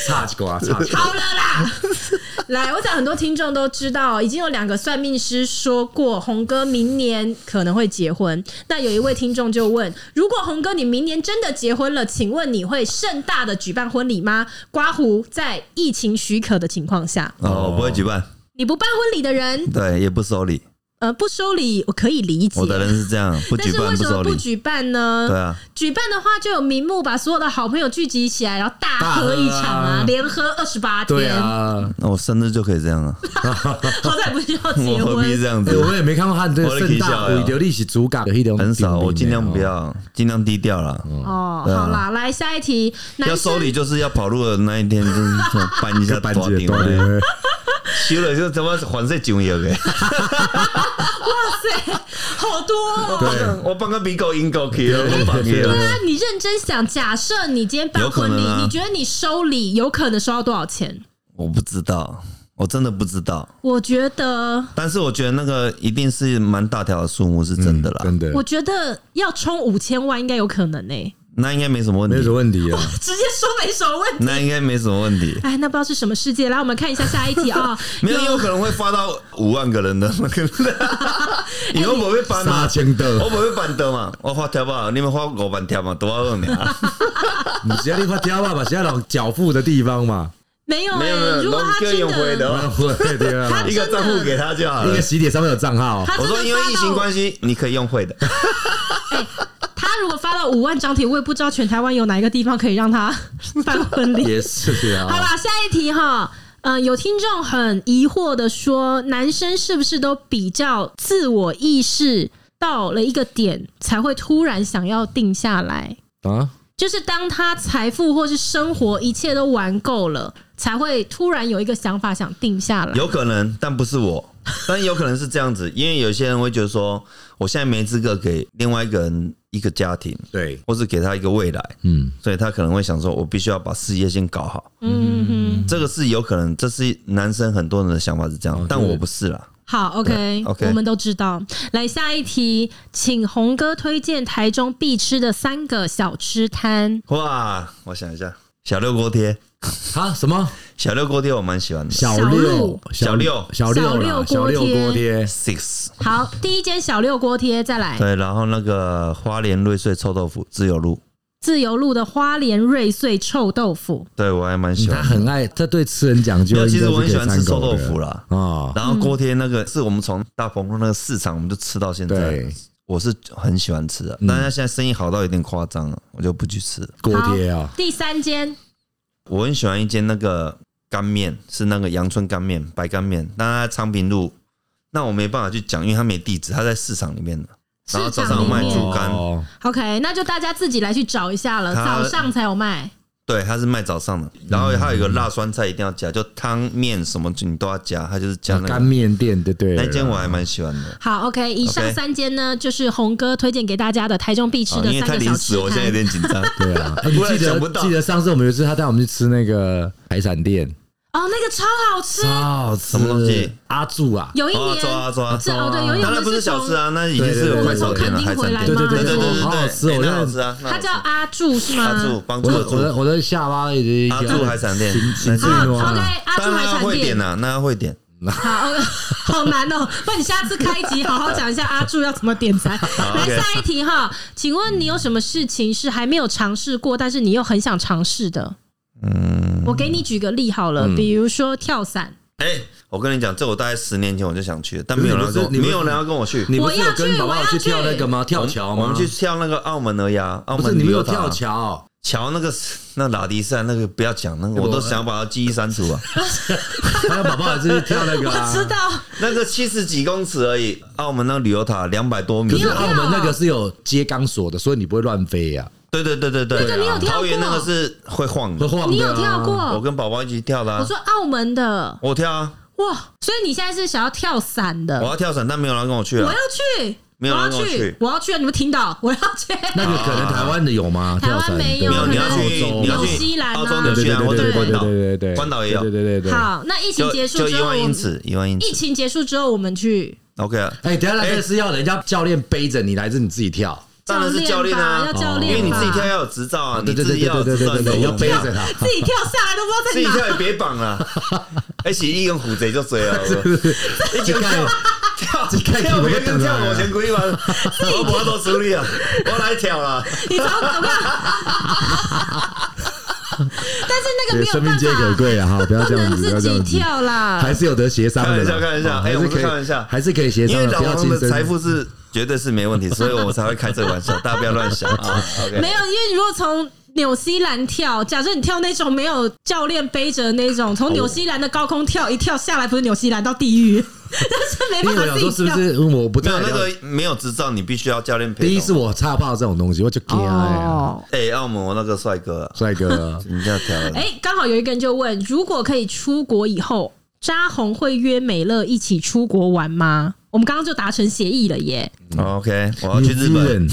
Speaker 1: 差几瓜，差几 瓜。
Speaker 2: 好了啦， 来，我想很多听众都知道，已经有两个算命师说过，红哥明年可能会结婚。那有一位听众就问：如果红哥你明年真的结婚了，请问你会盛大的举办婚礼吗？刮胡在疫情许可的情况下，
Speaker 3: 哦，我不会举办，
Speaker 2: 你不办婚礼的人，
Speaker 3: 对，也不收礼。
Speaker 2: 呃，不收礼我可以理解
Speaker 3: 我，的人是这样，不
Speaker 2: 啊但
Speaker 3: 举
Speaker 2: 是为
Speaker 3: 办
Speaker 2: 什
Speaker 3: 收
Speaker 2: 么不
Speaker 3: 礼。
Speaker 2: 举办呢？
Speaker 3: 对啊，
Speaker 2: 举办的话就有名目，把所有的好朋友聚集起来，然后大喝一场
Speaker 1: 大喝
Speaker 2: 啊
Speaker 1: 啊，
Speaker 2: 连喝二十八
Speaker 1: 对
Speaker 2: 天，
Speaker 1: 啊，
Speaker 3: 那我生日就可以这样了，
Speaker 2: 好歹不是要
Speaker 3: 我
Speaker 2: 结
Speaker 3: 何必
Speaker 2: 婚。
Speaker 3: 这样
Speaker 1: 哎
Speaker 3: 子？
Speaker 1: 我也没看过他这
Speaker 3: 我的
Speaker 1: 盛
Speaker 3: 起
Speaker 1: 大
Speaker 3: 笑呀
Speaker 1: 为流利是主港的那种，哦
Speaker 3: 很少，我尽量不。要，尽量低调了。
Speaker 2: 哦，
Speaker 3: 对啊
Speaker 2: 好啦，来下一题，
Speaker 3: 要
Speaker 2: 男
Speaker 3: 收
Speaker 2: 生
Speaker 3: 礼就是要跑路的那一天，就是搬一下
Speaker 1: 要
Speaker 3: 大
Speaker 1: 班级
Speaker 3: 顶
Speaker 1: 多
Speaker 3: 的，
Speaker 1: 点，
Speaker 3: 修了就他妈黄色酱油的。
Speaker 2: 好多哦。
Speaker 1: 对，
Speaker 3: 我放个鼻狗鹰狗去了，我啊放去了。
Speaker 2: 那你认真想，假设你今天办
Speaker 3: 有可
Speaker 2: 婚礼，
Speaker 3: 能啊
Speaker 2: 你觉得你收礼有可能收到多少钱？
Speaker 3: 我不知道，我真的不知道。
Speaker 2: 我觉得，
Speaker 3: 但是我觉得那个一定是蛮大条的数目，是真的啦。
Speaker 1: 嗯真的
Speaker 2: 我觉得要冲五千万应该有可能欸呢、
Speaker 3: 那应该没什么问
Speaker 1: 没有什么
Speaker 3: 题，
Speaker 1: 问题啊。
Speaker 2: 直接说没什么问题。
Speaker 3: 那应该没什么问 题。
Speaker 2: 哎，那不知道是什么世界。来，我们看一下下一题啊、
Speaker 3: 没有，有可能会发到五万个人的， 以后我会翻嘛
Speaker 1: 三，千的，
Speaker 3: 我不会翻的嘛，我发条吧，你们发五万条嘛，多少 年
Speaker 2: 哎
Speaker 3: 啊？
Speaker 1: 你只要你发挑啊吧，把只要老缴付的地方嘛，
Speaker 2: 没有、欸，
Speaker 3: 没有没有
Speaker 2: 如果他
Speaker 3: 龙哥
Speaker 2: 真
Speaker 3: 用回的
Speaker 2: 的，
Speaker 1: 对对啊，
Speaker 3: 一个账户给他就好
Speaker 1: 一
Speaker 3: 了
Speaker 1: 个。喜帖上面有账号，
Speaker 2: 他
Speaker 3: 我
Speaker 2: 真的
Speaker 3: 说，因为疫情关系，你可以用会的，
Speaker 2: 他如果发到五万张帖，我也不知道全台湾有哪一个地方可以让他 办婚 礼。
Speaker 1: 也是
Speaker 2: 好
Speaker 1: 啊。
Speaker 2: 啦，下一题哈。嗯，有听众很疑惑的说，男生是不是都比较自我意识到了一个点，才会突然想要定下来？
Speaker 1: 啊，
Speaker 2: 就是当他财富或是生活一切都玩够了，才会突然有一个想法想定下来。
Speaker 3: 有可能，但不是我，但有可能是这样子，因为有些人会觉得说，我现在没资格给另外一个人一个家庭，
Speaker 1: 对，
Speaker 3: 或是给他一个未来，
Speaker 1: 嗯，
Speaker 3: 所以他可能会想说，我必须要把事业先搞好，
Speaker 2: 嗯嗯嗯，
Speaker 3: 这个是有可能，这是男生很多人的想法是这样，但我不是啦。
Speaker 2: 好，OK，,
Speaker 3: 对，OK
Speaker 2: 我们都知道。来下一题，请红哥推荐台中必吃的三个小吃摊。
Speaker 3: 哇，我想一下，小六锅贴，
Speaker 1: 啊什么
Speaker 3: 小六锅贴我蛮喜欢的。
Speaker 1: 小
Speaker 2: 六
Speaker 1: 小六小
Speaker 2: 小
Speaker 1: 六
Speaker 2: 六
Speaker 1: 啦
Speaker 2: 锅
Speaker 1: 小六锅贴，
Speaker 3: Six，
Speaker 2: 好，第一间小六锅贴，再来
Speaker 3: 对，然后那个花莲瑞穗臭豆腐自由路，
Speaker 2: 自由路的花莲瑞穗臭豆腐。
Speaker 3: 对我还蛮喜
Speaker 1: 他
Speaker 3: 欢。
Speaker 1: 很爱，他对吃人讲
Speaker 3: 没
Speaker 1: 究
Speaker 3: 有，。其实
Speaker 1: 应该
Speaker 3: 我
Speaker 1: 是
Speaker 3: 很喜欢吃
Speaker 1: 可以
Speaker 3: 臭
Speaker 1: 参考
Speaker 3: 豆
Speaker 1: 的
Speaker 3: 腐啦。
Speaker 1: 啊，
Speaker 3: 然后锅贴那个是我们从大鹏路那个市场我们就吃到现在
Speaker 1: 对，
Speaker 3: 我是很喜欢吃的。但是现在生意好到有点夸张了，我就不去吃了。
Speaker 1: 锅贴啊，
Speaker 2: 第三间
Speaker 3: 我很喜欢一间那个干面，是那个阳春干面、白干面，但它在昌平路。那我没办法去讲，因为它没地址，它在市场里面的。然后
Speaker 2: 市
Speaker 3: 早
Speaker 2: 场
Speaker 3: 上有
Speaker 2: 里
Speaker 3: 卖
Speaker 2: 面
Speaker 3: 猪肝，
Speaker 1: 哦
Speaker 2: OK，那就大家自己来去找一下了。
Speaker 3: 它
Speaker 2: 早上才有卖，
Speaker 3: 对，它是卖早上的。然后它有一个辣酸菜一定要加，就汤面什么你都要加，它就是加那
Speaker 1: 干
Speaker 3: 个。
Speaker 1: 面店，对对了，啊
Speaker 3: 那间我还蛮喜欢的，
Speaker 2: 好，OK，以上
Speaker 3: OK
Speaker 2: 三间呢就是红哥推荐给大家的台中必吃
Speaker 3: 啊
Speaker 2: 的
Speaker 3: 因为
Speaker 2: 三
Speaker 3: 太
Speaker 2: 个
Speaker 3: 临
Speaker 2: 小
Speaker 3: 时，
Speaker 2: 吃
Speaker 3: 我现在有
Speaker 2: 摊。
Speaker 3: 点紧张。
Speaker 1: 对啊，哎你
Speaker 3: 突然
Speaker 1: 记
Speaker 3: 想不
Speaker 1: 得
Speaker 3: 到
Speaker 1: 记得上次我们有一次他带我们去吃那个海产店，
Speaker 2: 哦，那个超好吃，
Speaker 1: 超好吃，
Speaker 3: 什么东西？
Speaker 1: 阿柱啊，
Speaker 2: 有一
Speaker 3: 哦，
Speaker 2: 年
Speaker 3: 抓啊抓啊
Speaker 2: 是
Speaker 3: 抓！
Speaker 2: 哦，对，有一年
Speaker 3: 当
Speaker 2: 我
Speaker 3: 然不
Speaker 2: 们
Speaker 3: 是小
Speaker 2: 从
Speaker 3: 吃啊，那已经是有快手店了，海产店。
Speaker 1: 对对对
Speaker 3: 对对对，
Speaker 1: 好好吃哦，
Speaker 3: 对
Speaker 1: 我
Speaker 3: 那好
Speaker 1: 真
Speaker 3: 吃
Speaker 1: 的
Speaker 3: 啊，那好
Speaker 2: 他
Speaker 3: 吃
Speaker 2: 叫嗯阿柱是吗？
Speaker 3: 阿柱，帮助
Speaker 1: 我
Speaker 3: 阿
Speaker 1: 的我的
Speaker 3: 柱，
Speaker 1: 我的下巴已经
Speaker 3: 阿柱海产店，
Speaker 1: 请
Speaker 2: 哦
Speaker 1: 注意
Speaker 2: ，OK，
Speaker 1: 啊，
Speaker 2: 阿
Speaker 3: 当
Speaker 2: 柱
Speaker 3: 然
Speaker 2: 海
Speaker 3: 要
Speaker 2: 产
Speaker 3: 会点
Speaker 2: 店，
Speaker 3: 呐、那要会点。
Speaker 2: 好，好难哦。不，你下次开一集好好讲一下阿柱要怎么点餐。来
Speaker 3: OK
Speaker 2: 下一题哈，请问你有什么事情是还没有尝试过，但是你又很想尝试的？嗯，我给你举个例好了，比如说跳伞，
Speaker 3: 哎、我跟你讲，这我大概十年前我就想去了，但没有人要跟我，
Speaker 1: 你不是你不
Speaker 3: 没
Speaker 1: 是
Speaker 3: 有人要跟我去。
Speaker 1: 你不
Speaker 2: 我
Speaker 1: 是
Speaker 2: 要
Speaker 1: 有跟
Speaker 2: 去
Speaker 1: 宝
Speaker 2: 我
Speaker 1: 宝
Speaker 2: 要
Speaker 1: 去跳那
Speaker 2: 去
Speaker 1: 个吗？
Speaker 3: 我
Speaker 1: 跳
Speaker 3: 们
Speaker 1: 桥
Speaker 3: 我
Speaker 1: 吗？
Speaker 3: 们去跳那个澳门而已啊，澳
Speaker 1: 不是
Speaker 3: 门
Speaker 1: 你
Speaker 3: 旅
Speaker 1: 们
Speaker 3: 游
Speaker 1: 有
Speaker 3: 塔啊
Speaker 1: 跳桥，
Speaker 3: 瞧那个那拉迪赛那个不要讲，
Speaker 1: 哎
Speaker 3: 那个我都想把它记忆删除啊。
Speaker 1: 还有宝宝还是跳那个啊
Speaker 2: 我，知道，
Speaker 3: 那个七十几公尺而已，澳门那个旅游塔两百多米
Speaker 1: 可。是
Speaker 2: 有
Speaker 1: 澳门那个是有接钢索的，所以你不会乱飞呀，
Speaker 3: 对对对对对，
Speaker 2: 那个你有跳过
Speaker 3: 桃园那个是会晃
Speaker 1: 会
Speaker 3: 的，
Speaker 1: 晃的啊。
Speaker 2: 你有跳
Speaker 3: 我
Speaker 2: 过？
Speaker 3: 跟宝宝一起跳的、
Speaker 2: 我
Speaker 3: 啊。
Speaker 2: 说澳门的
Speaker 3: 我跳啊，
Speaker 2: 哇，所以你现在是想要跳伞
Speaker 3: 我
Speaker 2: 的？
Speaker 3: 要跳伞，但没有人跟我去
Speaker 2: 我
Speaker 3: 啊
Speaker 2: 要。去，我
Speaker 3: 没有
Speaker 2: 要
Speaker 3: 人跟我
Speaker 2: 去
Speaker 3: 去，
Speaker 2: 我要去，你们听到？ 我要去，
Speaker 1: 那个可能台湾的有吗？
Speaker 2: 台
Speaker 1: 跳
Speaker 2: 湾
Speaker 1: 伞
Speaker 2: 没
Speaker 1: 对
Speaker 2: 有
Speaker 3: 没有，你要
Speaker 1: 可能
Speaker 3: 去，
Speaker 1: 澳洲
Speaker 3: 你要
Speaker 2: 纽西
Speaker 3: 去
Speaker 2: 兰啊
Speaker 3: 澳洲纽
Speaker 1: 对
Speaker 3: 西
Speaker 1: 对
Speaker 3: 兰或者
Speaker 1: 对对
Speaker 3: 关
Speaker 1: 对
Speaker 3: 岛，
Speaker 1: 对对，
Speaker 3: 关岛也有
Speaker 1: 对对对对。
Speaker 2: 好，那疫情
Speaker 3: 就
Speaker 2: 结束
Speaker 3: 就一
Speaker 2: 之后，
Speaker 3: 万
Speaker 2: 我
Speaker 3: 英
Speaker 2: 们
Speaker 3: 尺，一万英
Speaker 2: 疫
Speaker 3: 尺
Speaker 2: 情结束之后我们 去，
Speaker 3: ，OK 啊。
Speaker 1: 哎，等一下那个是要人家教练背着你来，还是你自己跳？
Speaker 3: 当然是教练
Speaker 2: 吧，
Speaker 3: 啊
Speaker 2: 要，教
Speaker 3: 因为
Speaker 2: 练吧，
Speaker 3: 你自己跳要有执照啊，
Speaker 1: 对
Speaker 3: 你
Speaker 1: 对
Speaker 3: 自哦
Speaker 1: 对
Speaker 3: 己要
Speaker 1: 对
Speaker 3: 有
Speaker 1: 对
Speaker 3: 执照，
Speaker 1: 对对，
Speaker 3: 你
Speaker 1: 要
Speaker 3: 要
Speaker 1: 背着 他。
Speaker 2: 自己跳下来都不
Speaker 3: 自
Speaker 2: 知
Speaker 3: 己
Speaker 2: 道在哪。
Speaker 3: 跳也别绑了，而且一根虎贼就追了，一
Speaker 1: 你
Speaker 3: 根
Speaker 1: 看
Speaker 3: 跳，跳
Speaker 1: 这看
Speaker 3: 跳
Speaker 1: 你们
Speaker 3: 别跟
Speaker 1: 等
Speaker 3: 跳
Speaker 1: 啊
Speaker 3: 我前规嘛， 我把都处理啊，我来跳了，
Speaker 2: 你找我看， 但是那个没有
Speaker 1: 生命皆可
Speaker 2: 办法，
Speaker 1: 贵啊！哈，不要
Speaker 2: 不
Speaker 1: 这样
Speaker 2: 能
Speaker 1: 子，不
Speaker 2: 自
Speaker 1: 要这
Speaker 2: 己
Speaker 1: 样子，
Speaker 2: 跳啊啦。
Speaker 1: 还是有得协商的啦。
Speaker 3: 开玩笑开玩笑
Speaker 1: 哦
Speaker 3: 哎
Speaker 1: 还
Speaker 3: 我
Speaker 1: 是
Speaker 3: 们
Speaker 1: 可以
Speaker 3: 开玩笑
Speaker 1: 还是可以协
Speaker 3: 因
Speaker 1: 商
Speaker 3: 为
Speaker 1: 的，
Speaker 3: 老
Speaker 1: 不要
Speaker 3: 王
Speaker 1: 竞
Speaker 3: 的
Speaker 1: 争。
Speaker 3: 财富是绝对是没问题，所以我才会开这个玩笑，大家不要乱 想啊。OK，
Speaker 2: 没有，因为你如果从纽西兰跳，假设你跳那种没有教练背着的那种，
Speaker 1: 哦
Speaker 2: 从纽西兰的高空跳一跳下来，不是纽西兰到地狱， 但是没
Speaker 1: 因为我
Speaker 2: 办法
Speaker 1: 想说，是
Speaker 2: 自己
Speaker 1: 不
Speaker 2: 跳。
Speaker 1: 是嗯我不
Speaker 3: 没
Speaker 1: 太
Speaker 3: 有那
Speaker 1: 了解
Speaker 3: 个没有执照，你必须要教练陪同。
Speaker 1: 第一是我差怕这种东西，我就惊哎，
Speaker 2: 哦，
Speaker 3: 哎，澳门我那个帅哥啊，
Speaker 1: 帅哥。
Speaker 3: 你这样跳了，
Speaker 2: 哎，刚好有一个人就问，如果可以出国以后，扎红会约美乐一起出国玩吗？我们刚刚就达成协议了 耶。
Speaker 3: 哦 OK，我要去日本。，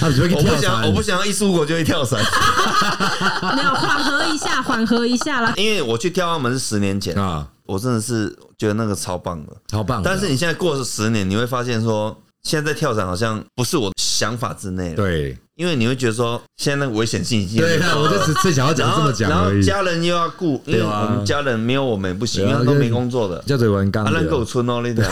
Speaker 1: 他只会
Speaker 3: 我
Speaker 1: 啊跳
Speaker 3: 不想，
Speaker 1: 伞，
Speaker 3: 我不想要一出国就会跳 伞，
Speaker 2: 没有，缓和一下，缓和一下啦。
Speaker 3: 因为我去跳澳门是十年前，
Speaker 1: 啊，
Speaker 3: 我真的是觉得那个超棒的。
Speaker 1: 超棒的。
Speaker 3: 但是你现在过了十年，你会发现说，现在跳伞好像不是我想法之内了，
Speaker 1: 对
Speaker 3: 因为你会觉得说，现在那个危险性已经
Speaker 1: 对
Speaker 3: 很
Speaker 1: 啊，
Speaker 3: 高
Speaker 1: 我就
Speaker 3: 了
Speaker 1: 只是想要
Speaker 3: 然
Speaker 1: 讲这
Speaker 3: 后
Speaker 1: 么讲
Speaker 3: 然后
Speaker 1: 而已。
Speaker 3: 家人又要顾，因为
Speaker 1: 对啊
Speaker 3: 我们家人没有我们也不行，因
Speaker 1: 对啊
Speaker 3: 为都没工作的。
Speaker 1: 叫嘴文刚
Speaker 3: 啊，
Speaker 1: 的，
Speaker 3: 咱够村哦，你的。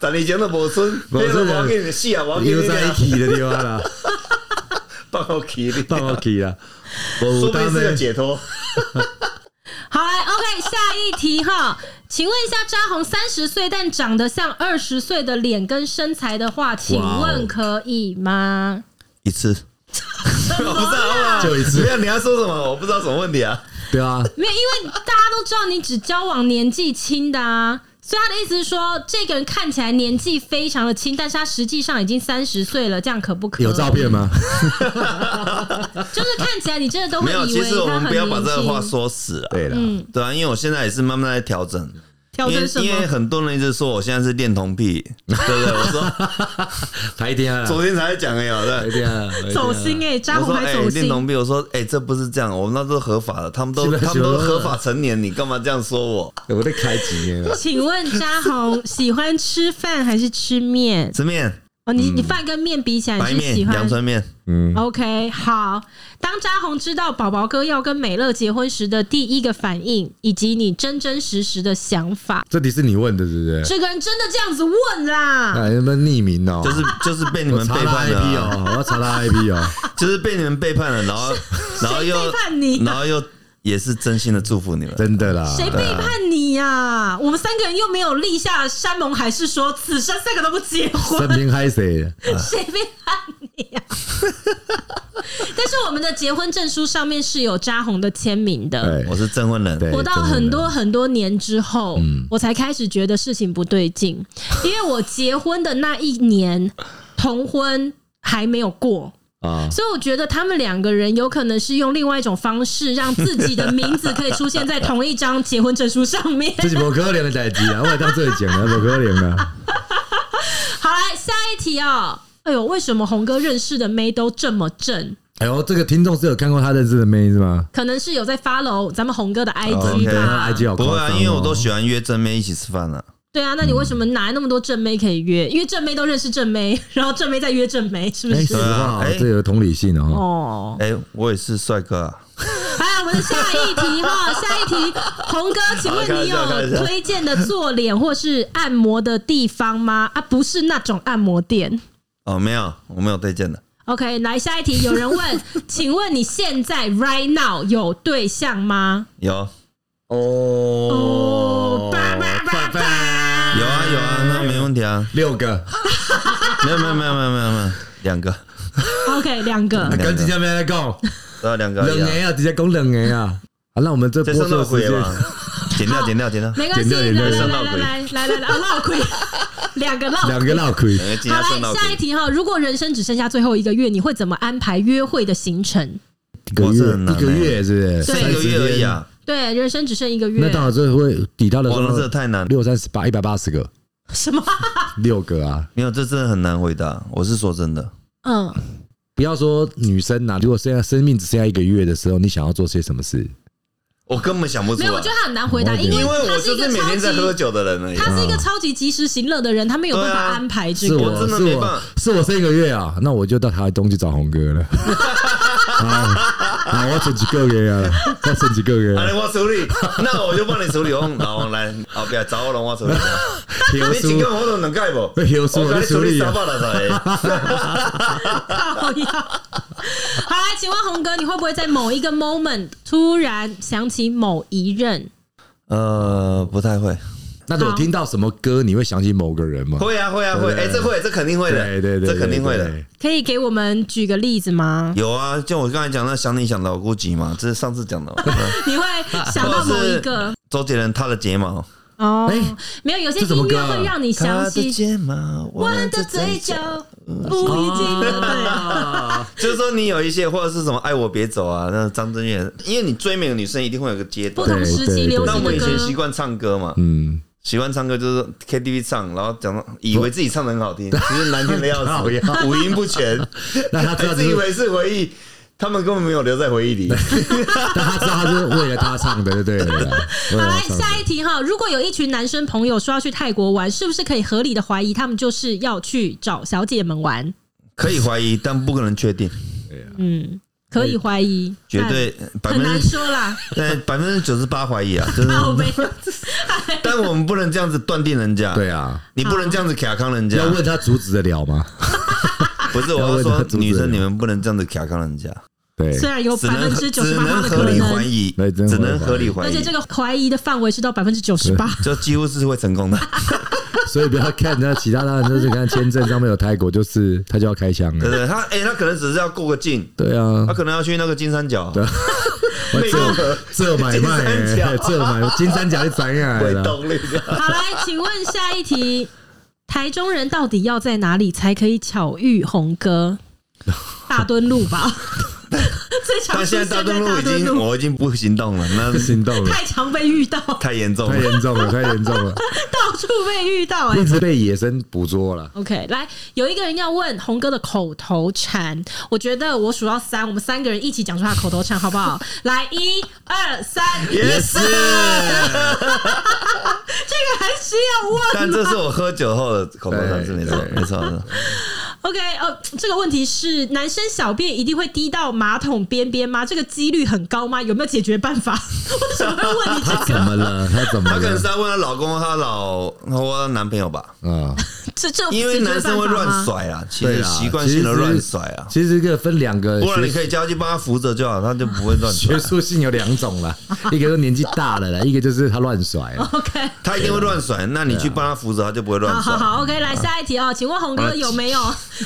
Speaker 3: 咱以前都无村，
Speaker 1: 无村
Speaker 3: 对了我给你死啊，我给
Speaker 1: 又
Speaker 3: 你
Speaker 1: 在一起的地方啦，
Speaker 3: 放我起你，
Speaker 1: 放我去啊啦。
Speaker 3: 说
Speaker 1: 我
Speaker 3: 不定
Speaker 1: 当
Speaker 3: 是个
Speaker 1: 呢，
Speaker 3: 解脱。
Speaker 2: 好来，OK，下一题哈，请问一下，扎红三十岁但长得像二十岁的脸跟身材的话，请问可以吗？
Speaker 3: 一次， 我不知道啊，
Speaker 1: 就一次
Speaker 3: 没有，你要说什么？我不知道什么问题啊。
Speaker 1: 对啊，
Speaker 2: 没有，因为大家都知道你只交往年纪轻的啊。所以他的意思是说，这个人看起来年纪非常的轻，但是他实际上已经三十岁了，这样可不可以？
Speaker 1: 有照，片吗？
Speaker 2: 就是看起来你真的都会
Speaker 3: 没有，
Speaker 2: 以
Speaker 3: 其
Speaker 2: 为
Speaker 3: 实我
Speaker 2: 他
Speaker 3: 们
Speaker 2: 很
Speaker 3: 不要把
Speaker 2: 年
Speaker 3: 这个话
Speaker 2: 轻。
Speaker 3: 说死啊。
Speaker 1: 对了，
Speaker 3: 对啊，因为我现在也是慢慢在调整，
Speaker 2: 调
Speaker 3: 因
Speaker 2: 整
Speaker 3: 为
Speaker 2: 什
Speaker 3: 因为
Speaker 2: 么？
Speaker 3: 很多人一直说我现在是恋童癖，对不对？我 说
Speaker 1: 台天啊，
Speaker 3: 昨天才讲哎呀，
Speaker 1: 台
Speaker 3: 对。
Speaker 1: 天啊，
Speaker 2: 走心哎、扎
Speaker 3: 我
Speaker 2: 红
Speaker 3: 说
Speaker 2: 还
Speaker 3: 哎，
Speaker 2: 走
Speaker 3: 恋
Speaker 2: 心。
Speaker 3: 童癖，我说哎，这不是这样，我们那都是合法的，他们都
Speaker 1: 是吧
Speaker 3: 他们都
Speaker 1: 是吧
Speaker 3: 合法成年，你干嘛这样说我？
Speaker 1: 我在开几年啊了，
Speaker 2: 请问扎红喜欢吃饭还是吃面？
Speaker 3: 吃面、
Speaker 2: 哦，你你饭跟面比起来，
Speaker 3: 白
Speaker 2: 你是喜
Speaker 3: 面、阳
Speaker 2: 欢
Speaker 3: 春面，
Speaker 1: 嗯，
Speaker 2: OK，好。当扎红知道宝宝哥要跟美乐结婚时的第一个反应，以及你真真实实的想法，
Speaker 1: 这题是你问的，对不对？
Speaker 2: 这个人真的这样子问啦？
Speaker 1: 哎，那么匿名哦，
Speaker 3: 就是就是被你
Speaker 1: 我
Speaker 3: 们
Speaker 1: 查
Speaker 3: 背
Speaker 1: 他
Speaker 3: 叛
Speaker 1: IP
Speaker 3: 了啊。
Speaker 1: 哦，我要查他 IP 哦，
Speaker 3: 就是被你们背叛了，然后然后又
Speaker 2: 背叛你啊
Speaker 3: 然后又也是真心的祝福你们。
Speaker 1: 真的啦，
Speaker 2: 谁背叛你呀、我们三个人又没有立下山盟海誓，说此生三个都不结婚
Speaker 1: 三，平嗨谁？啊
Speaker 2: 谁背叛你呀、但是我们的结婚证书上面是有扎红的签名的。
Speaker 1: 对，
Speaker 3: 我是证婚人，
Speaker 1: 对
Speaker 2: 我到
Speaker 1: 真的嗯
Speaker 2: 很多很多年之后，我才开始觉得事情不对 劲，因为我结婚的那一年，同婚还没有过。
Speaker 1: 啊，
Speaker 2: 所以我觉得他们两个人有可能是用另外一种方式，让自己的名字可以出现在同一张结婚证书上 面。
Speaker 1: 这是无可能的代志啊，我当最讲啊，无可能啊，
Speaker 2: 好，来下一题哦。哎呦，为什么红哥认识的妹都这么正？
Speaker 1: 哎呦，这个听众是有看过他认识的妹是吗？
Speaker 2: 可能是有在 follow 咱们红哥的 IG
Speaker 1: 对，
Speaker 2: 吧
Speaker 1: 他 IG 好
Speaker 3: 不
Speaker 1: 夸张
Speaker 3: 会
Speaker 1: 哦
Speaker 3: 啊，因为我都喜欢约正妹一起吃饭了、
Speaker 2: 对啊，那你为什么哪来那么多正妹可以约？因为正妹都认识正妹，然后正妹再约正妹，是不
Speaker 1: 哎，
Speaker 2: 是
Speaker 1: 实？话哦
Speaker 3: 哎，
Speaker 1: 这有同理心哦，
Speaker 2: 哦，
Speaker 3: 哎、我也是帅哥啊，
Speaker 2: 哎，我们的下一题 哈，下一题，红哥，请问你
Speaker 3: 好开玩笑开玩
Speaker 2: 有
Speaker 3: 笑
Speaker 2: 推荐的做脸或是按摩的地方吗？啊，不是那种按摩店。
Speaker 3: 哦，没有，我没有推荐的，
Speaker 2: OK，来下一题，有人 问，请问你现在 right now 有对象吗？
Speaker 3: 有
Speaker 1: 哦
Speaker 2: 哦，叭叭叭叭
Speaker 3: 有啊有啊，那没问题啊，
Speaker 1: 六个，
Speaker 3: 没有没有没有没有没有没有，两个
Speaker 2: OK，两个
Speaker 1: 啊， 赶紧下面来讲，
Speaker 3: 对啊，两个而已
Speaker 1: 冷
Speaker 3: 啊
Speaker 1: 哎啊，直接讲冷哎啊！啊，那我们这
Speaker 3: 这
Speaker 1: 播
Speaker 3: 算
Speaker 1: 出
Speaker 3: 闹
Speaker 1: 的时
Speaker 3: 鬼
Speaker 1: 间，
Speaker 3: 吧？剪掉，剪掉，剪掉，
Speaker 2: 没关系，
Speaker 1: 剪掉
Speaker 2: 来
Speaker 1: 剪掉
Speaker 2: 来来来
Speaker 3: 上闹鬼
Speaker 2: 来来来啊，闹亏， 两个闹
Speaker 1: 两个闹鬼，
Speaker 3: 两个今
Speaker 2: 好
Speaker 3: 天算闹
Speaker 2: 来，
Speaker 3: 鬼
Speaker 2: 下一。题哈，如果人生只剩下最后一个月，你会怎么安排约会的行程？
Speaker 1: 一个
Speaker 3: 哇这很
Speaker 1: 月
Speaker 3: 难
Speaker 1: 一个月是不是？
Speaker 2: 对
Speaker 3: 一个月而已啊，
Speaker 2: 对，人生只剩一个月，
Speaker 1: 那当然最后会抵到的
Speaker 3: 哇，那这
Speaker 1: 时候
Speaker 3: 太难了。
Speaker 1: 六三十八一百八十个，
Speaker 2: 什么？
Speaker 1: 六个啊！
Speaker 3: 没有，这真的很难回答。我是说真的，
Speaker 2: 嗯，
Speaker 1: 不要说女生呐、如果现在生命只剩下一个月的时候，你想要做些什么事？
Speaker 3: 我根本想不出啊
Speaker 2: 没
Speaker 3: 来
Speaker 2: 有，我，觉得他很难回答，
Speaker 1: 我也
Speaker 2: 因
Speaker 1: 觉得
Speaker 3: 因为
Speaker 2: 他
Speaker 3: 我
Speaker 2: 是
Speaker 3: 就
Speaker 2: 一个
Speaker 3: 是每
Speaker 2: 超
Speaker 3: 天在喝
Speaker 2: 级，
Speaker 3: 酒的人而已。
Speaker 2: 他是一个超级及时行乐的人，他没有办法
Speaker 3: 对啊
Speaker 2: 安排这
Speaker 1: 是
Speaker 2: 个。
Speaker 1: 我
Speaker 3: 我真的
Speaker 1: 是
Speaker 3: 没
Speaker 1: 我
Speaker 3: 办法
Speaker 1: 是我生一个月啊，那我就到台东去找红 哥了。啊，啊我存几个月啊，我存几个月
Speaker 3: 啊，
Speaker 1: 啊，
Speaker 3: 我处理，那我就帮你处理。我讲老王来，后壁找我龙我处理。
Speaker 1: 飘
Speaker 3: 你一
Speaker 1: 书
Speaker 3: 个我都能解无？
Speaker 1: 被摇输
Speaker 3: 我
Speaker 1: 我就
Speaker 3: 跟你
Speaker 1: 处
Speaker 3: 处
Speaker 1: 理
Speaker 3: 理
Speaker 1: 啊
Speaker 3: 三百六十个。
Speaker 2: 靠呀！好来，请问红哥，你会不会在某一个 moment 突然想起某一任？
Speaker 3: 呃，不太会。
Speaker 1: 那如果听到什么歌，你会想起某个人吗？
Speaker 3: 会啊，会啊，会。
Speaker 1: 对
Speaker 3: 哎，这会，这肯定会的。
Speaker 1: 对对对，
Speaker 3: 这肯定会的。
Speaker 1: 对。
Speaker 2: 可以给我们举个例子吗？
Speaker 3: 有啊，就我刚才讲那想你想老顾及嘛，这是上次讲 的。
Speaker 2: 你会想到某一 个
Speaker 3: 周杰伦他的睫毛，
Speaker 2: 哦
Speaker 1: 哎？
Speaker 2: 没有，有些
Speaker 1: 这什么
Speaker 2: 音乐
Speaker 1: 歌啊
Speaker 2: 会让你
Speaker 3: 他
Speaker 2: 想
Speaker 3: 的
Speaker 2: 起
Speaker 3: 睫毛，
Speaker 2: 我
Speaker 3: 我
Speaker 2: 的
Speaker 3: 的
Speaker 2: 嘴
Speaker 3: 嘴
Speaker 2: 角
Speaker 3: 角。哦
Speaker 2: 无预警的对。
Speaker 3: 就是说你有一些或者是什么爱我别走啊，那张震岳，因为你追每个女生一定会有个阶
Speaker 2: 不
Speaker 3: 段。
Speaker 2: 同时期流
Speaker 3: 那我
Speaker 2: 行
Speaker 3: 们
Speaker 2: 的
Speaker 3: 以前习
Speaker 2: 歌，
Speaker 3: 惯唱歌嘛，
Speaker 1: 嗯，
Speaker 3: 喜欢唱歌就是 KTV 唱，然后讲到以为自己唱的很好听，其实难听的要
Speaker 1: 讨厌
Speaker 3: 死，五音不全，
Speaker 1: 那他知道这
Speaker 3: 还自以
Speaker 1: 是，
Speaker 3: 为啊是回忆，他们根本没有留在回忆里。
Speaker 1: 但他知道他是为了他唱的，对对 对了。为
Speaker 2: 好
Speaker 1: 了
Speaker 2: 来
Speaker 1: 他唱的
Speaker 2: 下一题哈。如果有一群男生朋友说要去泰国玩，是不是可以合理的怀疑他们就是要去找小姐们玩？
Speaker 3: 可以怀疑，但不可能确定，
Speaker 2: 嗯，可以怀疑，
Speaker 3: 绝对百
Speaker 2: 但很
Speaker 3: 分
Speaker 2: 难
Speaker 3: 之
Speaker 2: 说啦。
Speaker 3: 呃百分之九十八怀疑啊，就是，
Speaker 2: 好没，
Speaker 3: 但我们不能这样子断定人家，
Speaker 1: 对啊，
Speaker 3: 你不能这样子卡康人家
Speaker 1: 要，问他阻止得了吗？
Speaker 3: 不是我
Speaker 1: 要
Speaker 3: 要
Speaker 1: 问他
Speaker 3: 说
Speaker 1: 阻止
Speaker 3: 女生
Speaker 1: 人
Speaker 3: 你们不能这样子卡康人家，
Speaker 1: 对，
Speaker 2: 虽然有
Speaker 3: 只
Speaker 2: 百分
Speaker 3: 能
Speaker 2: 之九十
Speaker 3: 只
Speaker 2: 八
Speaker 3: 能
Speaker 2: 的
Speaker 3: 合
Speaker 2: 可
Speaker 3: 理怀
Speaker 2: 能，
Speaker 3: 疑
Speaker 1: 对，真的
Speaker 3: 只
Speaker 1: 会
Speaker 3: 能合理怀
Speaker 2: 而且
Speaker 3: 疑
Speaker 2: 这，个怀疑的范围是到百分之九十八。
Speaker 3: 就几乎是会成功的。
Speaker 1: 所以不要看那其他当然就是看签证上面有泰国，就是他就要开枪
Speaker 3: 对
Speaker 1: 了。
Speaker 3: 对，他哎、他可能只是要过个境，
Speaker 1: 对啊
Speaker 3: 他，可能要去那个金三角，美国
Speaker 1: 这这买卖、
Speaker 3: 金三
Speaker 1: 欸，
Speaker 3: 角
Speaker 1: 这买卖金三角是怎样
Speaker 3: 鬼
Speaker 1: 的？
Speaker 3: 动力 啊。
Speaker 2: 好来，请问下一题，台中人到底要在哪里才可以巧遇红哥？大墩路吧，最常
Speaker 3: 但
Speaker 2: 出
Speaker 3: 现
Speaker 2: 现
Speaker 3: 在
Speaker 2: 在
Speaker 3: 大墩路已经，我已经不行动了，那
Speaker 1: 不行动了，
Speaker 2: 太常被遇 到，
Speaker 3: 太严重
Speaker 1: 太
Speaker 3: 了。
Speaker 1: 严重 了，太严重了，
Speaker 2: 到处被遇到、哎
Speaker 1: 一直被野生捕捉了。
Speaker 2: OK，来，有一个人要问红哥的口头禅，我觉得我数到三，我们三个人一起讲出他的口头禅，好不 好？来，一二三，
Speaker 3: 也是，
Speaker 2: 这个还需要问
Speaker 3: 但这是我喝酒后的口头禅，是没错，
Speaker 1: 对
Speaker 3: 没错。没错
Speaker 2: OK，呃，这个问题是男生小便一定会滴到马桶边边吗？这个几率很高吗？有没有解决办法？ 为什么会问你这
Speaker 1: 怎
Speaker 2: 个？
Speaker 1: 么了？他怎么
Speaker 3: 她可能
Speaker 1: 了
Speaker 3: 是？在问她老公、她老或她男朋友吧，
Speaker 1: 啊，
Speaker 2: 这这有
Speaker 3: 因为
Speaker 2: 解决
Speaker 3: 男生会
Speaker 2: 办法
Speaker 3: 乱
Speaker 2: 吗。
Speaker 3: 甩啊，其
Speaker 1: 对
Speaker 3: 实
Speaker 1: 啦，
Speaker 3: 习惯性的乱甩啊。
Speaker 1: 其实其实这个分两个
Speaker 3: 不然你
Speaker 1: 学
Speaker 3: 可以叫他去帮他扶着就好，他就不会乱
Speaker 1: 学。
Speaker 3: 甩
Speaker 1: 术性有两种 啦，一个是年纪大了啦，一个就是他乱甩啊啦。
Speaker 2: OK，
Speaker 3: 他一定会乱
Speaker 1: 啊
Speaker 3: 甩，那你去帮他扶着，他就不会乱啊
Speaker 2: 好
Speaker 3: 甩
Speaker 2: 好。好，OK，来下一题哦。请问红哥有没 有